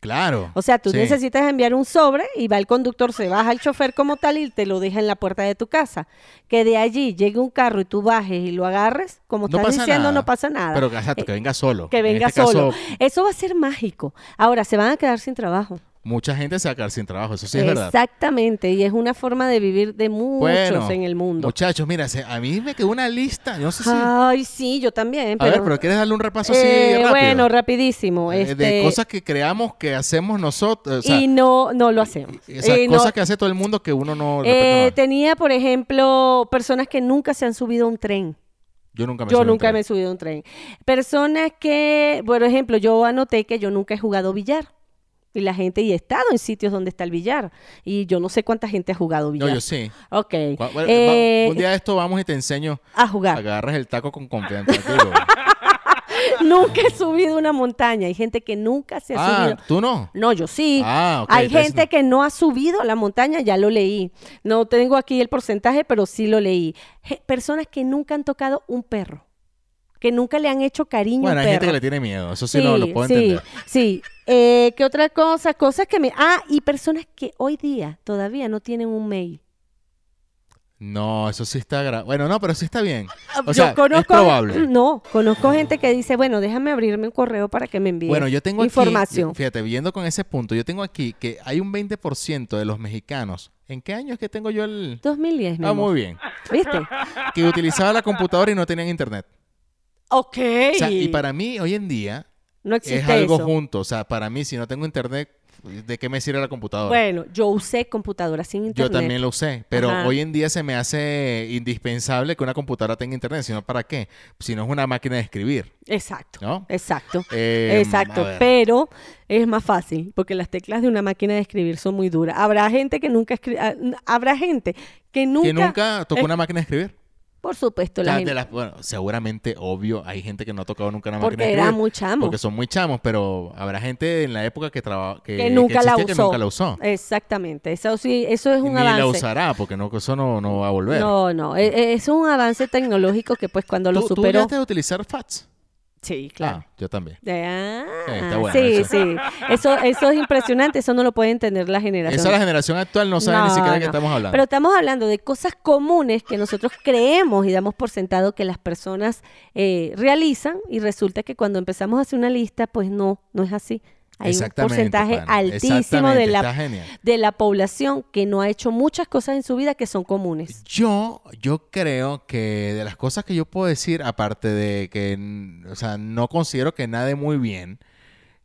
Speaker 1: Claro.
Speaker 2: O sea, tú
Speaker 1: Sí.
Speaker 2: necesitas enviar un sobre y va el conductor, se baja el chofer como tal y te lo deja en la puerta de tu casa. Que de allí llegue un carro y tú bajes y lo agarres, como
Speaker 1: No
Speaker 2: estás
Speaker 1: pasa
Speaker 2: diciendo,
Speaker 1: nada.
Speaker 2: no pasa nada. Eh,
Speaker 1: Pero exacto, que venga solo.
Speaker 2: que
Speaker 1: En
Speaker 2: venga
Speaker 1: este caso,
Speaker 2: solo. Eso va a ser mágico. Ahora, se van a quedar sin trabajo.
Speaker 1: mucha gente se va a quedar sin trabajo, eso sí es verdad.
Speaker 2: Exactamente, y es una forma de vivir de muchos
Speaker 1: Bueno,
Speaker 2: en el mundo.
Speaker 1: muchachos, mira, se- a mí me quedó una lista, yo no sé si...
Speaker 2: Ay, sí, yo
Speaker 1: a
Speaker 2: también. Ah, pero,
Speaker 1: ver, pero ¿quieres darle un repaso así
Speaker 2: eh,
Speaker 1: rápido?
Speaker 2: Bueno, rapidísimo.
Speaker 1: Eh, De
Speaker 2: este,
Speaker 1: cosas que creamos que hacemos nosotros, o sea,
Speaker 2: y no, no lo hacemos.
Speaker 1: o sea,
Speaker 2: Eh, no-
Speaker 1: cosas que hace todo el mundo que uno no... de repente no
Speaker 2: eh,
Speaker 1: hace.
Speaker 2: tenía, por ejemplo, personas que nunca se han subido a un tren.
Speaker 1: yo nunca me
Speaker 2: Yo
Speaker 1: subí a un
Speaker 2: nunca
Speaker 1: tren.
Speaker 2: me he subido a un tren. Personas que, por ejemplo, yo anoté que yo nunca he jugado billar. Y la gente, y he estado en sitios donde está el billar. Y yo no sé cuánta gente ha jugado billar.
Speaker 1: No, yo sí.
Speaker 2: Ok.
Speaker 1: Cu- bueno,
Speaker 2: Eh,
Speaker 1: va- un día de esto vamos y te enseño.
Speaker 2: A jugar.
Speaker 1: Agarras el taco con confianza.
Speaker 2: (laughs)
Speaker 1: digo.
Speaker 2: Nunca he subido una montaña. Hay gente que nunca se ha
Speaker 1: ah,
Speaker 2: subido.
Speaker 1: tú no.
Speaker 2: No, yo sí.
Speaker 1: Ah, ok,
Speaker 2: Hay
Speaker 1: entonces
Speaker 2: gente
Speaker 1: no.
Speaker 2: que no ha subido la montaña, ya lo leí. No tengo aquí el porcentaje, pero sí lo leí. Je- personas que nunca han tocado un perro, que nunca le han hecho cariño
Speaker 1: Bueno,
Speaker 2: a
Speaker 1: hay
Speaker 2: un perro.
Speaker 1: gente que le tiene miedo. Eso sí, lo, lo puedo entender.
Speaker 2: Sí, sí. Eh, ¿Qué otra cosa? Cosas que me... Ah, y personas que hoy día todavía no tienen un mail.
Speaker 1: No, eso sí está gra- Bueno, no, pero sí está bien. O
Speaker 2: Yo
Speaker 1: sea, es probable.
Speaker 2: (clears throat) No, conozco gente que dice, bueno, déjame abrirme un correo para que me envíe
Speaker 1: Bueno, yo tengo aquí,
Speaker 2: información.
Speaker 1: yo- fíjate, viendo con ese punto, yo tengo aquí que hay un 20% de los mexicanos. ¿En qué año es que tengo yo el...?
Speaker 2: 2010, mi
Speaker 1: Ah,
Speaker 2: amor.
Speaker 1: muy bien.
Speaker 2: ¿Viste?
Speaker 1: Que utilizaba la computadora y no tenían internet.
Speaker 2: Ok.
Speaker 1: O sea, y para mí, hoy en día,
Speaker 2: no existe
Speaker 1: es algo
Speaker 2: eso.
Speaker 1: junto. O sea, para mí, si no tengo internet, ¿de qué me sirve la computadora?
Speaker 2: Bueno, yo usé computadora sin internet.
Speaker 1: Yo también lo usé, pero
Speaker 2: Ajá.
Speaker 1: hoy en día se me hace indispensable que una computadora tenga internet, sino para qué, si no es una máquina de escribir,
Speaker 2: Exacto.
Speaker 1: ¿no?
Speaker 2: Exacto.
Speaker 1: Eh,
Speaker 2: Exacto,
Speaker 1: a ver.
Speaker 2: pero es más fácil porque las teclas de una máquina de escribir son muy duras. Habrá gente que nunca escri- ah, n- habrá gente que nunca,
Speaker 1: que nunca tocó
Speaker 2: es-
Speaker 1: una máquina de escribir.
Speaker 2: por supuesto,
Speaker 1: O
Speaker 2: la
Speaker 1: sea,
Speaker 2: gente
Speaker 1: de las- bueno, seguramente, obvio, hay gente que no ha tocado nunca una máquina
Speaker 2: porque
Speaker 1: de
Speaker 2: era
Speaker 1: escribir.
Speaker 2: muy chamo,
Speaker 1: Porque son muy chamos, pero habrá gente en la época que traba- que,
Speaker 2: que nunca la
Speaker 1: existía
Speaker 2: usó.
Speaker 1: que nunca la usó.
Speaker 2: Exactamente, eso sí, eso es
Speaker 1: Y
Speaker 2: un
Speaker 1: Ni la
Speaker 2: avance.
Speaker 1: usará, porque no, eso no, no va a volver.
Speaker 2: no, no, e- e- es un avance tecnológico que pues cuando lo
Speaker 1: ¿Tú, tú
Speaker 2: superó,
Speaker 1: llegaste a utilizar fax?
Speaker 2: sí, claro.
Speaker 1: Ah, yo también.
Speaker 2: De- ah,
Speaker 1: Sí, está bueno
Speaker 2: sí,
Speaker 1: eso.
Speaker 2: sí. Eso, eso es impresionante, eso no lo puede entender la generación.
Speaker 1: Esa la generación actual no sabe ni
Speaker 2: No,
Speaker 1: siquiera de qué
Speaker 2: no.
Speaker 1: estamos hablando.
Speaker 2: Pero estamos hablando de cosas comunes que nosotros creemos y damos por sentado que las personas eh, realizan y resulta que cuando empezamos a hacer una lista, pues no, no es así. Hay un
Speaker 1: Exactamente,
Speaker 2: porcentaje
Speaker 1: pana.
Speaker 2: altísimo
Speaker 1: Exactamente,
Speaker 2: de
Speaker 1: está
Speaker 2: la,
Speaker 1: genial.
Speaker 2: de la población que no ha hecho muchas cosas en su vida que son comunes.
Speaker 1: Yo, yo creo que de las cosas que yo puedo decir, aparte de que, mm, o sea, no considero que nade muy bien,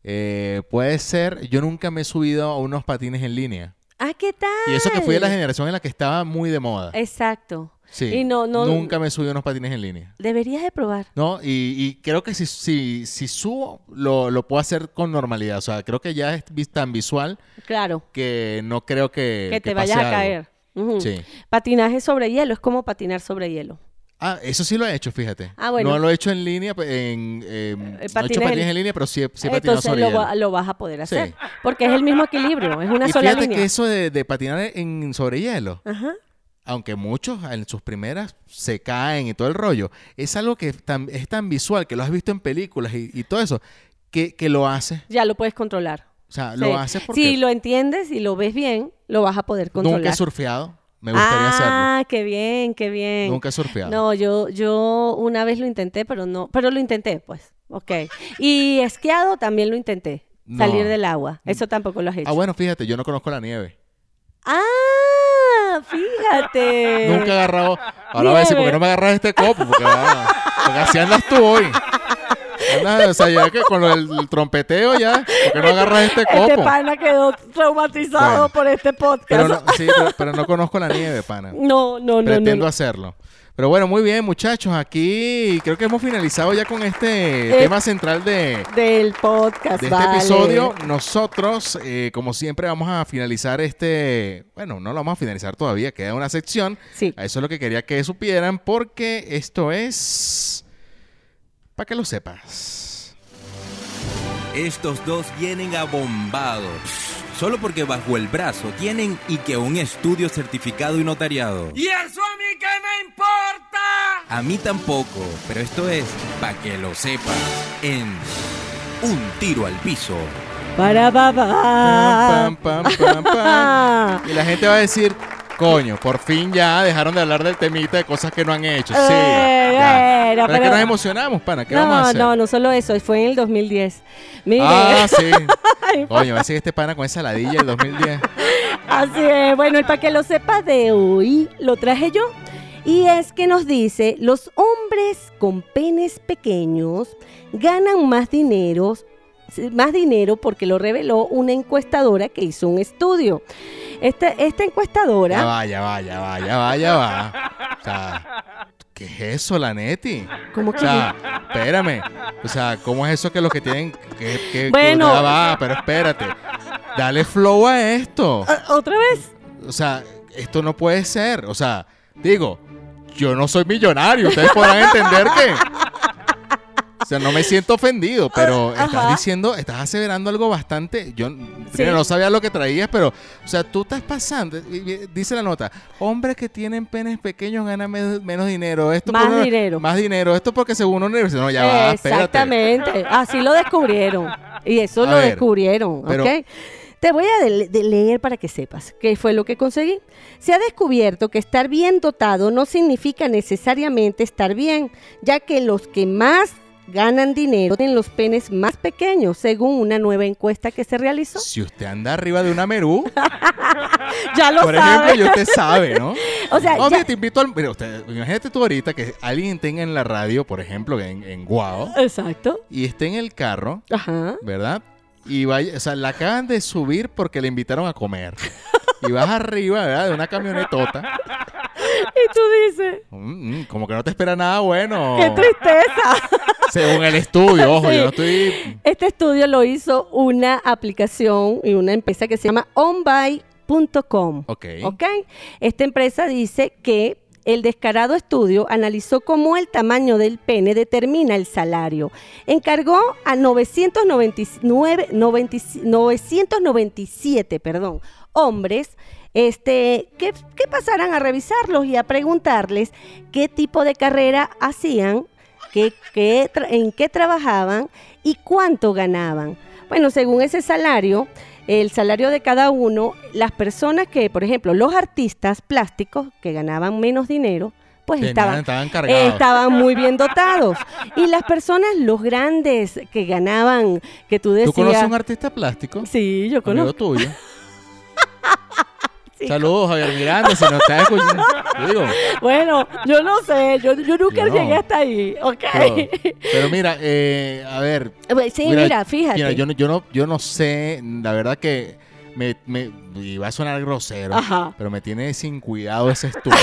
Speaker 1: eh, puede ser, yo nunca me he subido a unos patines en línea.
Speaker 2: Ah, ¿qué tal?
Speaker 1: Y eso que fui de la generación en la que estaba muy de moda.
Speaker 2: Exacto.
Speaker 1: Sí,
Speaker 2: Eh, y no- no-
Speaker 1: nunca me subí a unos patines en línea.
Speaker 2: Deberías de probar.
Speaker 1: No, y, y creo que si, si, si subo, lo, lo puedo hacer con normalidad. O sea, creo que ya es vi- tan visual
Speaker 2: Claro,
Speaker 1: que no creo que...
Speaker 2: que,
Speaker 1: eh, que
Speaker 2: te vayas
Speaker 1: pase
Speaker 2: a
Speaker 1: algo.
Speaker 2: caer. Ujú.
Speaker 1: Sí.
Speaker 2: Patinaje sobre hielo es como patinar sobre hielo.
Speaker 1: Ah, eso sí lo he hecho, fíjate.
Speaker 2: Ah, bueno.
Speaker 1: No lo he hecho en línea, pe- en, eh, no he hecho
Speaker 2: patines en-
Speaker 1: patines en línea, pero sí he, sí he patinado
Speaker 2: Entonces
Speaker 1: sobre
Speaker 2: lo,
Speaker 1: hielo.
Speaker 2: va- lo vas a poder
Speaker 1: Sí.
Speaker 2: hacer. Porque es el mismo equilibrio, es una
Speaker 1: y
Speaker 2: sola
Speaker 1: fíjate
Speaker 2: línea.
Speaker 1: que eso de, de patinar en sobre hielo,
Speaker 2: Ajá.
Speaker 1: aunque muchos en sus primeras se caen y todo el rollo, es algo que tan- es tan visual, que lo has visto en películas y, y todo eso, que, que lo haces.
Speaker 2: Ya lo puedes controlar.
Speaker 1: O sea,
Speaker 2: Sí.
Speaker 1: lo haces porque
Speaker 2: Si lo entiendes y lo ves bien, lo vas a poder controlar.
Speaker 1: nunca he surfeado. Me gustaría
Speaker 2: ah, qué bien, qué bien.
Speaker 1: hacerlo. Nunca he surfeado.
Speaker 2: No, yo, yo una vez lo intenté, pero no, pero lo intenté, pues. Ok. Y esquiado también lo intenté.
Speaker 1: No.
Speaker 2: Salir del agua. Eso tampoco lo has hecho.
Speaker 1: Ah, bueno, fíjate, yo no conozco la nieve.
Speaker 2: Ah, fíjate.
Speaker 1: Nunca he agarrado. Ahora voy a decir, ¿por qué no me agarras este copo? Porque, ah, porque así andas tú hoy. Andas, o sea, ya que con lo del trompeteo ya, ¿por qué no agarras este
Speaker 2: Este
Speaker 1: copo?
Speaker 2: pana quedó traumatizado
Speaker 1: Bueno.
Speaker 2: por este podcast.
Speaker 1: Pero no, sí, pero, pero no conozco la nieve, pana.
Speaker 2: No, no, no, no,
Speaker 1: Pretendo
Speaker 2: no.
Speaker 1: hacerlo. Pero bueno, muy bien, muchachos. Aquí creo que hemos finalizado ya con este
Speaker 2: Eh,
Speaker 1: tema central de,
Speaker 2: Del podcast,
Speaker 1: de este
Speaker 2: vale.
Speaker 1: episodio. Nosotros, eh, como siempre, vamos a finalizar este. Bueno, no lo vamos a finalizar todavía, queda una sección.
Speaker 2: Sí.
Speaker 1: A Eso es lo que quería que supieran, porque esto es. Para que lo sepas.
Speaker 5: Estos dos vienen abombados. Solo porque bajo el brazo tienen y que un estudio certificado y notariado.
Speaker 6: ¿Y eso a mí qué me importa?
Speaker 5: A mí tampoco, pero esto es para que lo sepas. En Un tiro al piso.
Speaker 2: Para papá. Ah. (laughs)
Speaker 1: Pam, pam, pam, pam, pam. Y la gente va a decir, Coño, por fin ya dejaron de hablar del temita de cosas que no han hecho. Sí.
Speaker 2: Eh,
Speaker 1: ya.
Speaker 2: bueno,
Speaker 1: pero es que
Speaker 2: pero-
Speaker 1: nos emocionamos, pana. ¿Qué vamos a
Speaker 2: No,
Speaker 1: hacer?
Speaker 2: no, no solo eso, fue en el 2010. Mire,
Speaker 1: Ah, sí. Coño, a ver si este pana con esa ladilla del 2010.
Speaker 2: (laughs) así es. Bueno, el para que lo sepa de hoy lo traje yo. Y es que nos dice, los hombres con penes pequeños ganan más dinero, más dinero porque lo reveló una encuestadora que hizo un estudio. Esta, esta encuestadora...
Speaker 1: Ya va, ya va, ya va, ya va, ya va. O sea, ¿qué es eso, Lanetti?
Speaker 2: ¿Cómo
Speaker 1: O
Speaker 2: que
Speaker 1: sea, espérame. O sea, ¿cómo es eso que los que tienen. Que, que-
Speaker 2: Bueno.
Speaker 1: Ya va, pero espérate. Dale flow a esto.
Speaker 2: Ah, ¿Otra vez?
Speaker 1: O sea, esto no puede ser. O sea, digo, yo no soy millonario. Ustedes podrán entender que. O sea, no me siento ofendido, pero
Speaker 2: Ah,
Speaker 1: estás
Speaker 2: ajá.
Speaker 1: diciendo, estás aseverando algo bastante. Yo primero
Speaker 2: Sí.
Speaker 1: no sabía lo que traías, pero, o sea, tú estás pasando. y- y- Dice la nota: hombres que tienen penes pequeños ganan me- menos dinero. Esto
Speaker 2: Más
Speaker 1: por una-
Speaker 2: dinero.
Speaker 1: Más dinero. Esto porque según una universidad. No, ya va, espérate.
Speaker 2: Exactamente. Así lo descubrieron. Y eso
Speaker 1: A
Speaker 2: lo
Speaker 1: ver,
Speaker 2: descubrieron.
Speaker 1: pero-
Speaker 2: ¿ok? Te voy a de- de leer para que sepas qué fue lo que conseguí. Se ha descubierto que estar bien dotado no significa necesariamente estar bien, ya que los que más ganan dinero tienen los penes más pequeños, según una nueva encuesta que se realizó.
Speaker 1: Si usted anda arriba de una merú,
Speaker 2: Ya
Speaker 1: (laughs)
Speaker 2: lo
Speaker 1: por ejemplo,
Speaker 2: sabes.
Speaker 1: y usted sabe, ¿no?
Speaker 2: (laughs) O sea,
Speaker 1: Oye,
Speaker 2: ya-
Speaker 1: te invito al. Mira, usted, imagínate tú ahorita que alguien tenga en la radio, por ejemplo, en, en Guao,
Speaker 2: exacto.
Speaker 1: y esté en el carro, (laughs)
Speaker 2: Ajá.
Speaker 1: ¿verdad? Y vaya, o sea, la acaban de subir porque le invitaron a comer. Y vas arriba, ¿verdad? De una camionetota.
Speaker 2: Y tú dices,
Speaker 1: Mm, mm, como que no te espera nada bueno.
Speaker 2: (laughs) qué tristeza.
Speaker 1: Según el estudio, ojo,
Speaker 2: (laughs) Sí.
Speaker 1: yo no estoy.
Speaker 2: Este estudio lo hizo una aplicación y una empresa que se llama onbuy.com.
Speaker 1: Ok.
Speaker 2: ¿Ok? Esta empresa dice que el descarado estudio analizó cómo el tamaño del pene determina el salario. Encargó a 999, 90 997 perdón, hombres este, que, que pasaran a revisarlos y a preguntarles qué tipo de carrera hacían, qué- qué tra- en qué trabajaban y cuánto ganaban. Bueno, según ese salario, el salario de cada uno, las personas que, por ejemplo, los artistas plásticos que ganaban menos dinero, pues
Speaker 1: Tenían-
Speaker 2: estaban,
Speaker 1: estaban cargados.
Speaker 2: estaban muy bien dotados. Y las personas, los grandes que ganaban, que tú
Speaker 1: ¿Tú
Speaker 2: decías...
Speaker 1: conoces a un artista plástico?
Speaker 2: Sí, yo
Speaker 1: Amigo
Speaker 2: conozco.
Speaker 1: tuyo.
Speaker 2: (laughs) Sí.
Speaker 1: Saludos, Javier Miranda, si nos estás escuchando. Digo.
Speaker 2: Bueno, yo no sé, yo, yo nunca
Speaker 1: Yo no.
Speaker 2: llegué hasta ahí, ¿ok?
Speaker 1: Pero, pero mira, eh, a ver,
Speaker 2: Bueno, (laughs) sí, mira,
Speaker 1: Mira,
Speaker 2: fíjate.
Speaker 1: Mira, yo no, yo no, yo no sé, la verdad que me, me y va a sonar grosero,
Speaker 2: Ajá.
Speaker 1: pero me tiene sin cuidado ese
Speaker 2: (laughs)
Speaker 1: estudio.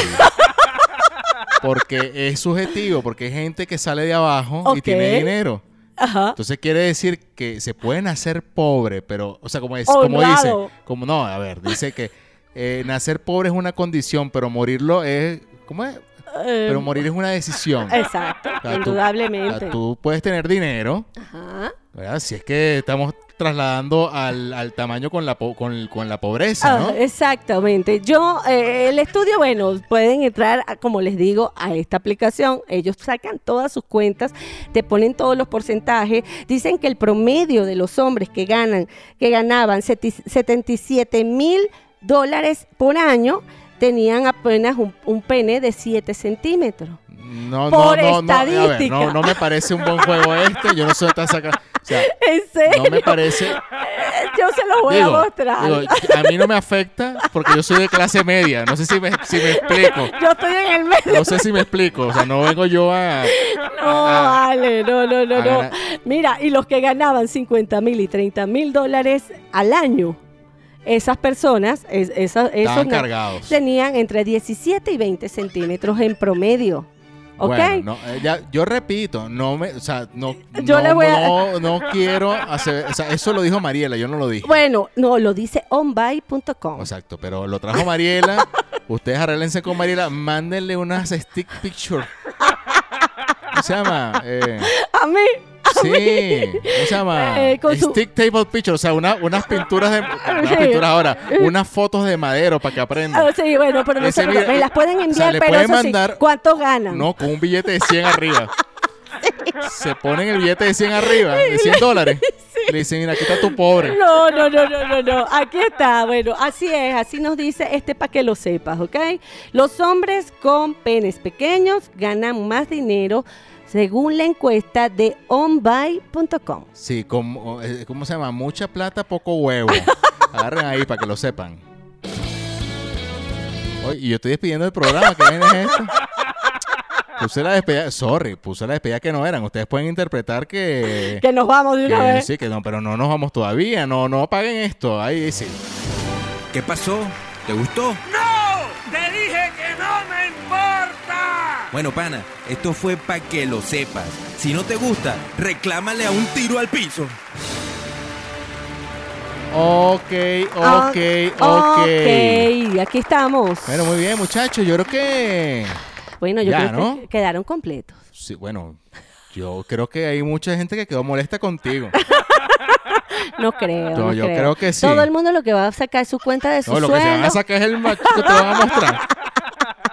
Speaker 1: porque es subjetivo, porque hay gente que sale de abajo y
Speaker 2: Ok.
Speaker 1: tiene dinero.
Speaker 2: Ajá.
Speaker 1: Entonces quiere decir que se pueden hacer pobre, pero, o sea, como, es,
Speaker 2: Honrado.
Speaker 1: como dice, como no, a ver, dice que eh, nacer pobre es una condición, pero morirlo es, ¿cómo es?
Speaker 2: Eh,
Speaker 1: Pero morir es una decisión.
Speaker 2: Exacto,
Speaker 1: O sea, tú- O
Speaker 2: indudablemente.
Speaker 1: sea, tú puedes tener dinero,
Speaker 2: Ajá.
Speaker 1: ¿verdad? Si es que estamos trasladando al, al tamaño con la, po- con, con la pobreza, ¿no?
Speaker 2: Ah, exactamente. Yo, eh, el estudio, bueno, pueden entrar, a- como les digo, a esta aplicación. Ellos sacan todas sus cuentas, te ponen todos los porcentajes. Dicen que el promedio de los hombres que ganan, que ganaban 77 mil dólares por año, tenían apenas un, un pene de 7 centímetros.
Speaker 1: No,
Speaker 2: Por
Speaker 1: a ver,
Speaker 2: estadística.
Speaker 1: no, no me parece un buen juego este. Yo no sé dónde está sacando. O
Speaker 2: (laughs)
Speaker 1: sea,
Speaker 2: ¿En serio?
Speaker 1: no (laughs) me parece.
Speaker 2: Yo se los voy
Speaker 1: digo,
Speaker 2: a mostrar.
Speaker 1: digo, a mí no me afecta porque yo soy de clase media. No sé si me, si me explico.
Speaker 2: yo estoy en
Speaker 1: (laughs)
Speaker 2: el medio.
Speaker 1: No sé si me explico. O sea, no vengo yo a.
Speaker 2: No, vale, no, no, no,
Speaker 1: a
Speaker 2: no.
Speaker 1: ganar.
Speaker 2: Mira, y los que ganaban 50 mil y 30 mil dólares al año, esas personas, es- esas- esos
Speaker 1: Estaban
Speaker 2: na-
Speaker 1: cargados.
Speaker 2: tenían entre 17 y 20 centímetros en promedio. ¿Ok?
Speaker 1: Bueno, no, eh, ya- yo repito, no me, o sea, no,
Speaker 2: Yo
Speaker 1: no,
Speaker 2: le voy a-
Speaker 1: no, no quiero hacer, o sea, eso lo dijo Mariela, yo no lo dije.
Speaker 2: Bueno, no, lo dice onbuy.com.
Speaker 1: Exacto, pero lo trajo Mariela. Ustedes arreglense con Mariela, mándenle unas stick picture. ¿Cómo se llama? Eh,
Speaker 2: a mí,
Speaker 1: (laughs) sí, ¿cómo se llama?
Speaker 2: Eh, con su-
Speaker 1: stick table picture, o sea, una- unas pinturas
Speaker 2: (laughs)
Speaker 1: de unas
Speaker 2: Sí. Eh.
Speaker 1: pinturas ahora, unas fotos de madero para que aprendan.
Speaker 2: ah, sí, bueno, pero no
Speaker 1: Ese
Speaker 2: se preocupe,
Speaker 1: mira,
Speaker 2: me las pueden
Speaker 1: o sea,
Speaker 2: enviar,
Speaker 1: le
Speaker 2: pero
Speaker 1: pueden
Speaker 2: eso sí,
Speaker 1: mandar-
Speaker 2: ¿cuántos ganan?
Speaker 1: No, con un
Speaker 2: (laughs)
Speaker 1: billete de 100 arriba. Se ponen el billete de 100 arriba, de 100 dólares. Le dicen, mira, aquí está tu pobre.
Speaker 2: No, no, no, no, no, no. Aquí está. Bueno, así es, así nos dice este para que lo sepas, ¿ok? Los hombres con penes pequeños ganan más dinero según la encuesta de onbuy.com.
Speaker 1: Sí, como, eh, ¿cómo se llama? Mucha plata, poco huevo. Agarren ahí para que lo sepan. Oye, y yo estoy despidiendo el programa, ¿qué vaina es esto? Puse la despedida, sorry, puse la despedida que no eran. Ustedes pueden interpretar que...
Speaker 2: Que nos vamos de (laughs) una
Speaker 1: que
Speaker 2: vez.
Speaker 1: sí, que no, pero no nos vamos todavía. No, no apaguen esto. Ahí sí.
Speaker 5: ¿Qué pasó? ¿Te gustó?
Speaker 6: ¡No! ¡Te dije que no me importa!
Speaker 5: Bueno, pana, esto fue para que lo sepas. Si no te gusta, reclámale a un tiro al piso.
Speaker 1: Ok, ok, ok.
Speaker 2: Ah, Ok, aquí estamos.
Speaker 1: Bueno, muy bien, muchachos. Yo creo que...
Speaker 2: Bueno, yo
Speaker 1: Ya,
Speaker 2: creo
Speaker 1: ¿no?
Speaker 2: que quedaron completos.
Speaker 1: Sí, bueno, yo creo que hay mucha gente que quedó molesta contigo.
Speaker 2: No creo.
Speaker 1: No, yo creo que sí.
Speaker 2: Todo el mundo lo que va a sacar es su cuenta de (laughs) su
Speaker 1: No, lo que se van
Speaker 2: sueldo.
Speaker 1: a sacar es el macho que te van a mostrar.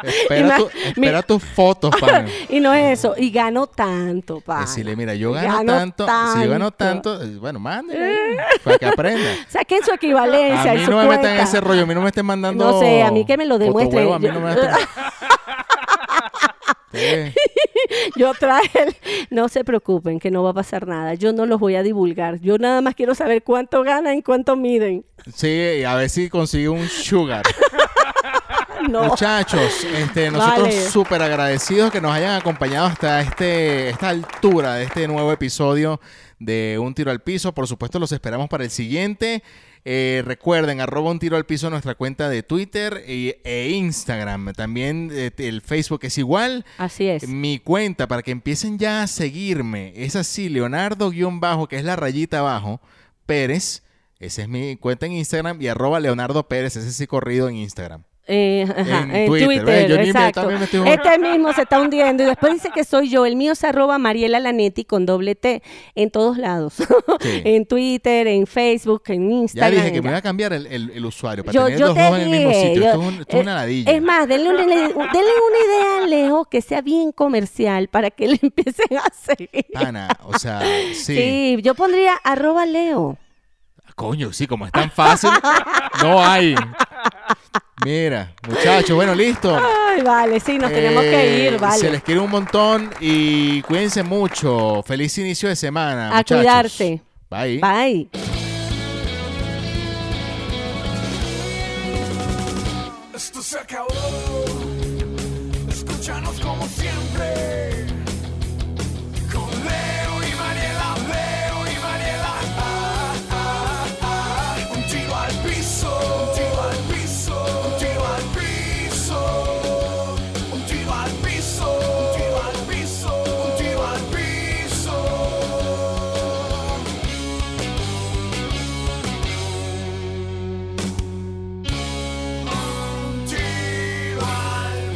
Speaker 1: Espera, tu-
Speaker 2: Ima- mi-
Speaker 1: espera tus
Speaker 2: (laughs)
Speaker 1: fotos, pana.
Speaker 2: Y no es eso. Y gano tanto, pa.
Speaker 1: Decirle, mira, yo gano,
Speaker 2: Gano
Speaker 1: tanto, si yo gano
Speaker 2: tanto.
Speaker 1: tanto, eh, bueno, mándale para que aprenda.
Speaker 2: Saquen su
Speaker 1: A
Speaker 2: equivalencia. y
Speaker 1: mí
Speaker 2: su
Speaker 1: no me metan en
Speaker 2: cuenta.
Speaker 1: ese rollo, a mí no me estén mandando.
Speaker 2: No sé, a mí que me lo demuestren.
Speaker 1: fotohuevo, a mí no me
Speaker 2: Yo- (laughs)
Speaker 1: estén- Sí.
Speaker 2: Yo traje el... No se preocupen, que no va a pasar nada. Yo no los voy a divulgar. Yo nada más quiero saber cuánto ganan y cuánto miden.
Speaker 1: Sí, a ver si consigue un
Speaker 2: (laughs)
Speaker 1: sugar.
Speaker 2: No.
Speaker 1: Muchachos, este, nosotros
Speaker 2: Vale.
Speaker 1: súper agradecidos que nos hayan acompañado hasta este, esta altura de este nuevo episodio de Un Tiro al Piso. Por supuesto, los esperamos para el siguiente. Eh, recuerden, arroba un tiro al piso nuestra cuenta de Twitter e, e Instagram. También eh, el Facebook es igual.
Speaker 2: Así es.
Speaker 1: Mi cuenta, para que empiecen ya a seguirme, es así, Leonardo-bajo, que es la rayita abajo, Pérez. Esa es mi cuenta en Instagram y arroba Leonardo Pérez, ese sí corrido en Instagram.
Speaker 2: Eh, ajá,
Speaker 1: En
Speaker 2: en,
Speaker 1: Twitter,
Speaker 2: Twitter,
Speaker 1: ¿ves? Yo ni me-
Speaker 2: exacto.
Speaker 1: también me estoy jugando.
Speaker 2: Este mismo se está hundiendo y después dice que soy yo. El mío es arroba Mariela Lanetti con doble T en todos lados. (laughs) (laughs) en Twitter, en Facebook, en
Speaker 1: Ya
Speaker 2: Instagram.
Speaker 1: dije que
Speaker 2: en-
Speaker 1: me iba a cambiar el, el- el usuario para
Speaker 2: yo,
Speaker 1: tener
Speaker 2: yo
Speaker 1: dos
Speaker 2: te
Speaker 1: ojos en el mismo
Speaker 2: dije,
Speaker 1: sitio.
Speaker 2: yo-
Speaker 1: esto es, un- esto es
Speaker 2: eh,
Speaker 1: una ladilla.
Speaker 2: es más, denle una, denle una idea a Leo que sea bien comercial para que le (laughs) empiecen a seguir.
Speaker 1: Pana, o
Speaker 2: (laughs)
Speaker 1: sea, sí.
Speaker 2: Sí, yo pondría arroba Leo.
Speaker 1: Coño, sí, como es tan fácil, no hay. Mira, muchachos, bueno, listo.
Speaker 2: Ay, vale, sí, nos tenemos
Speaker 1: Eh,
Speaker 2: que ir, vale.
Speaker 1: Se les quiere un montón y cuídense mucho. Feliz inicio de semana.
Speaker 2: A
Speaker 1: muchachos.
Speaker 2: cuidarse.
Speaker 1: Bye.
Speaker 2: Bye.
Speaker 6: Esto se acabó. Escúchanos como siempre. Con Leo y Mariela, Leo y Mariela. Ah, ah, ah. Un tiro al piso. Un tiro al piso. Un tiro al piso. Un tiro al piso. Un tiro al piso. Un tiro al piso. Un tiro al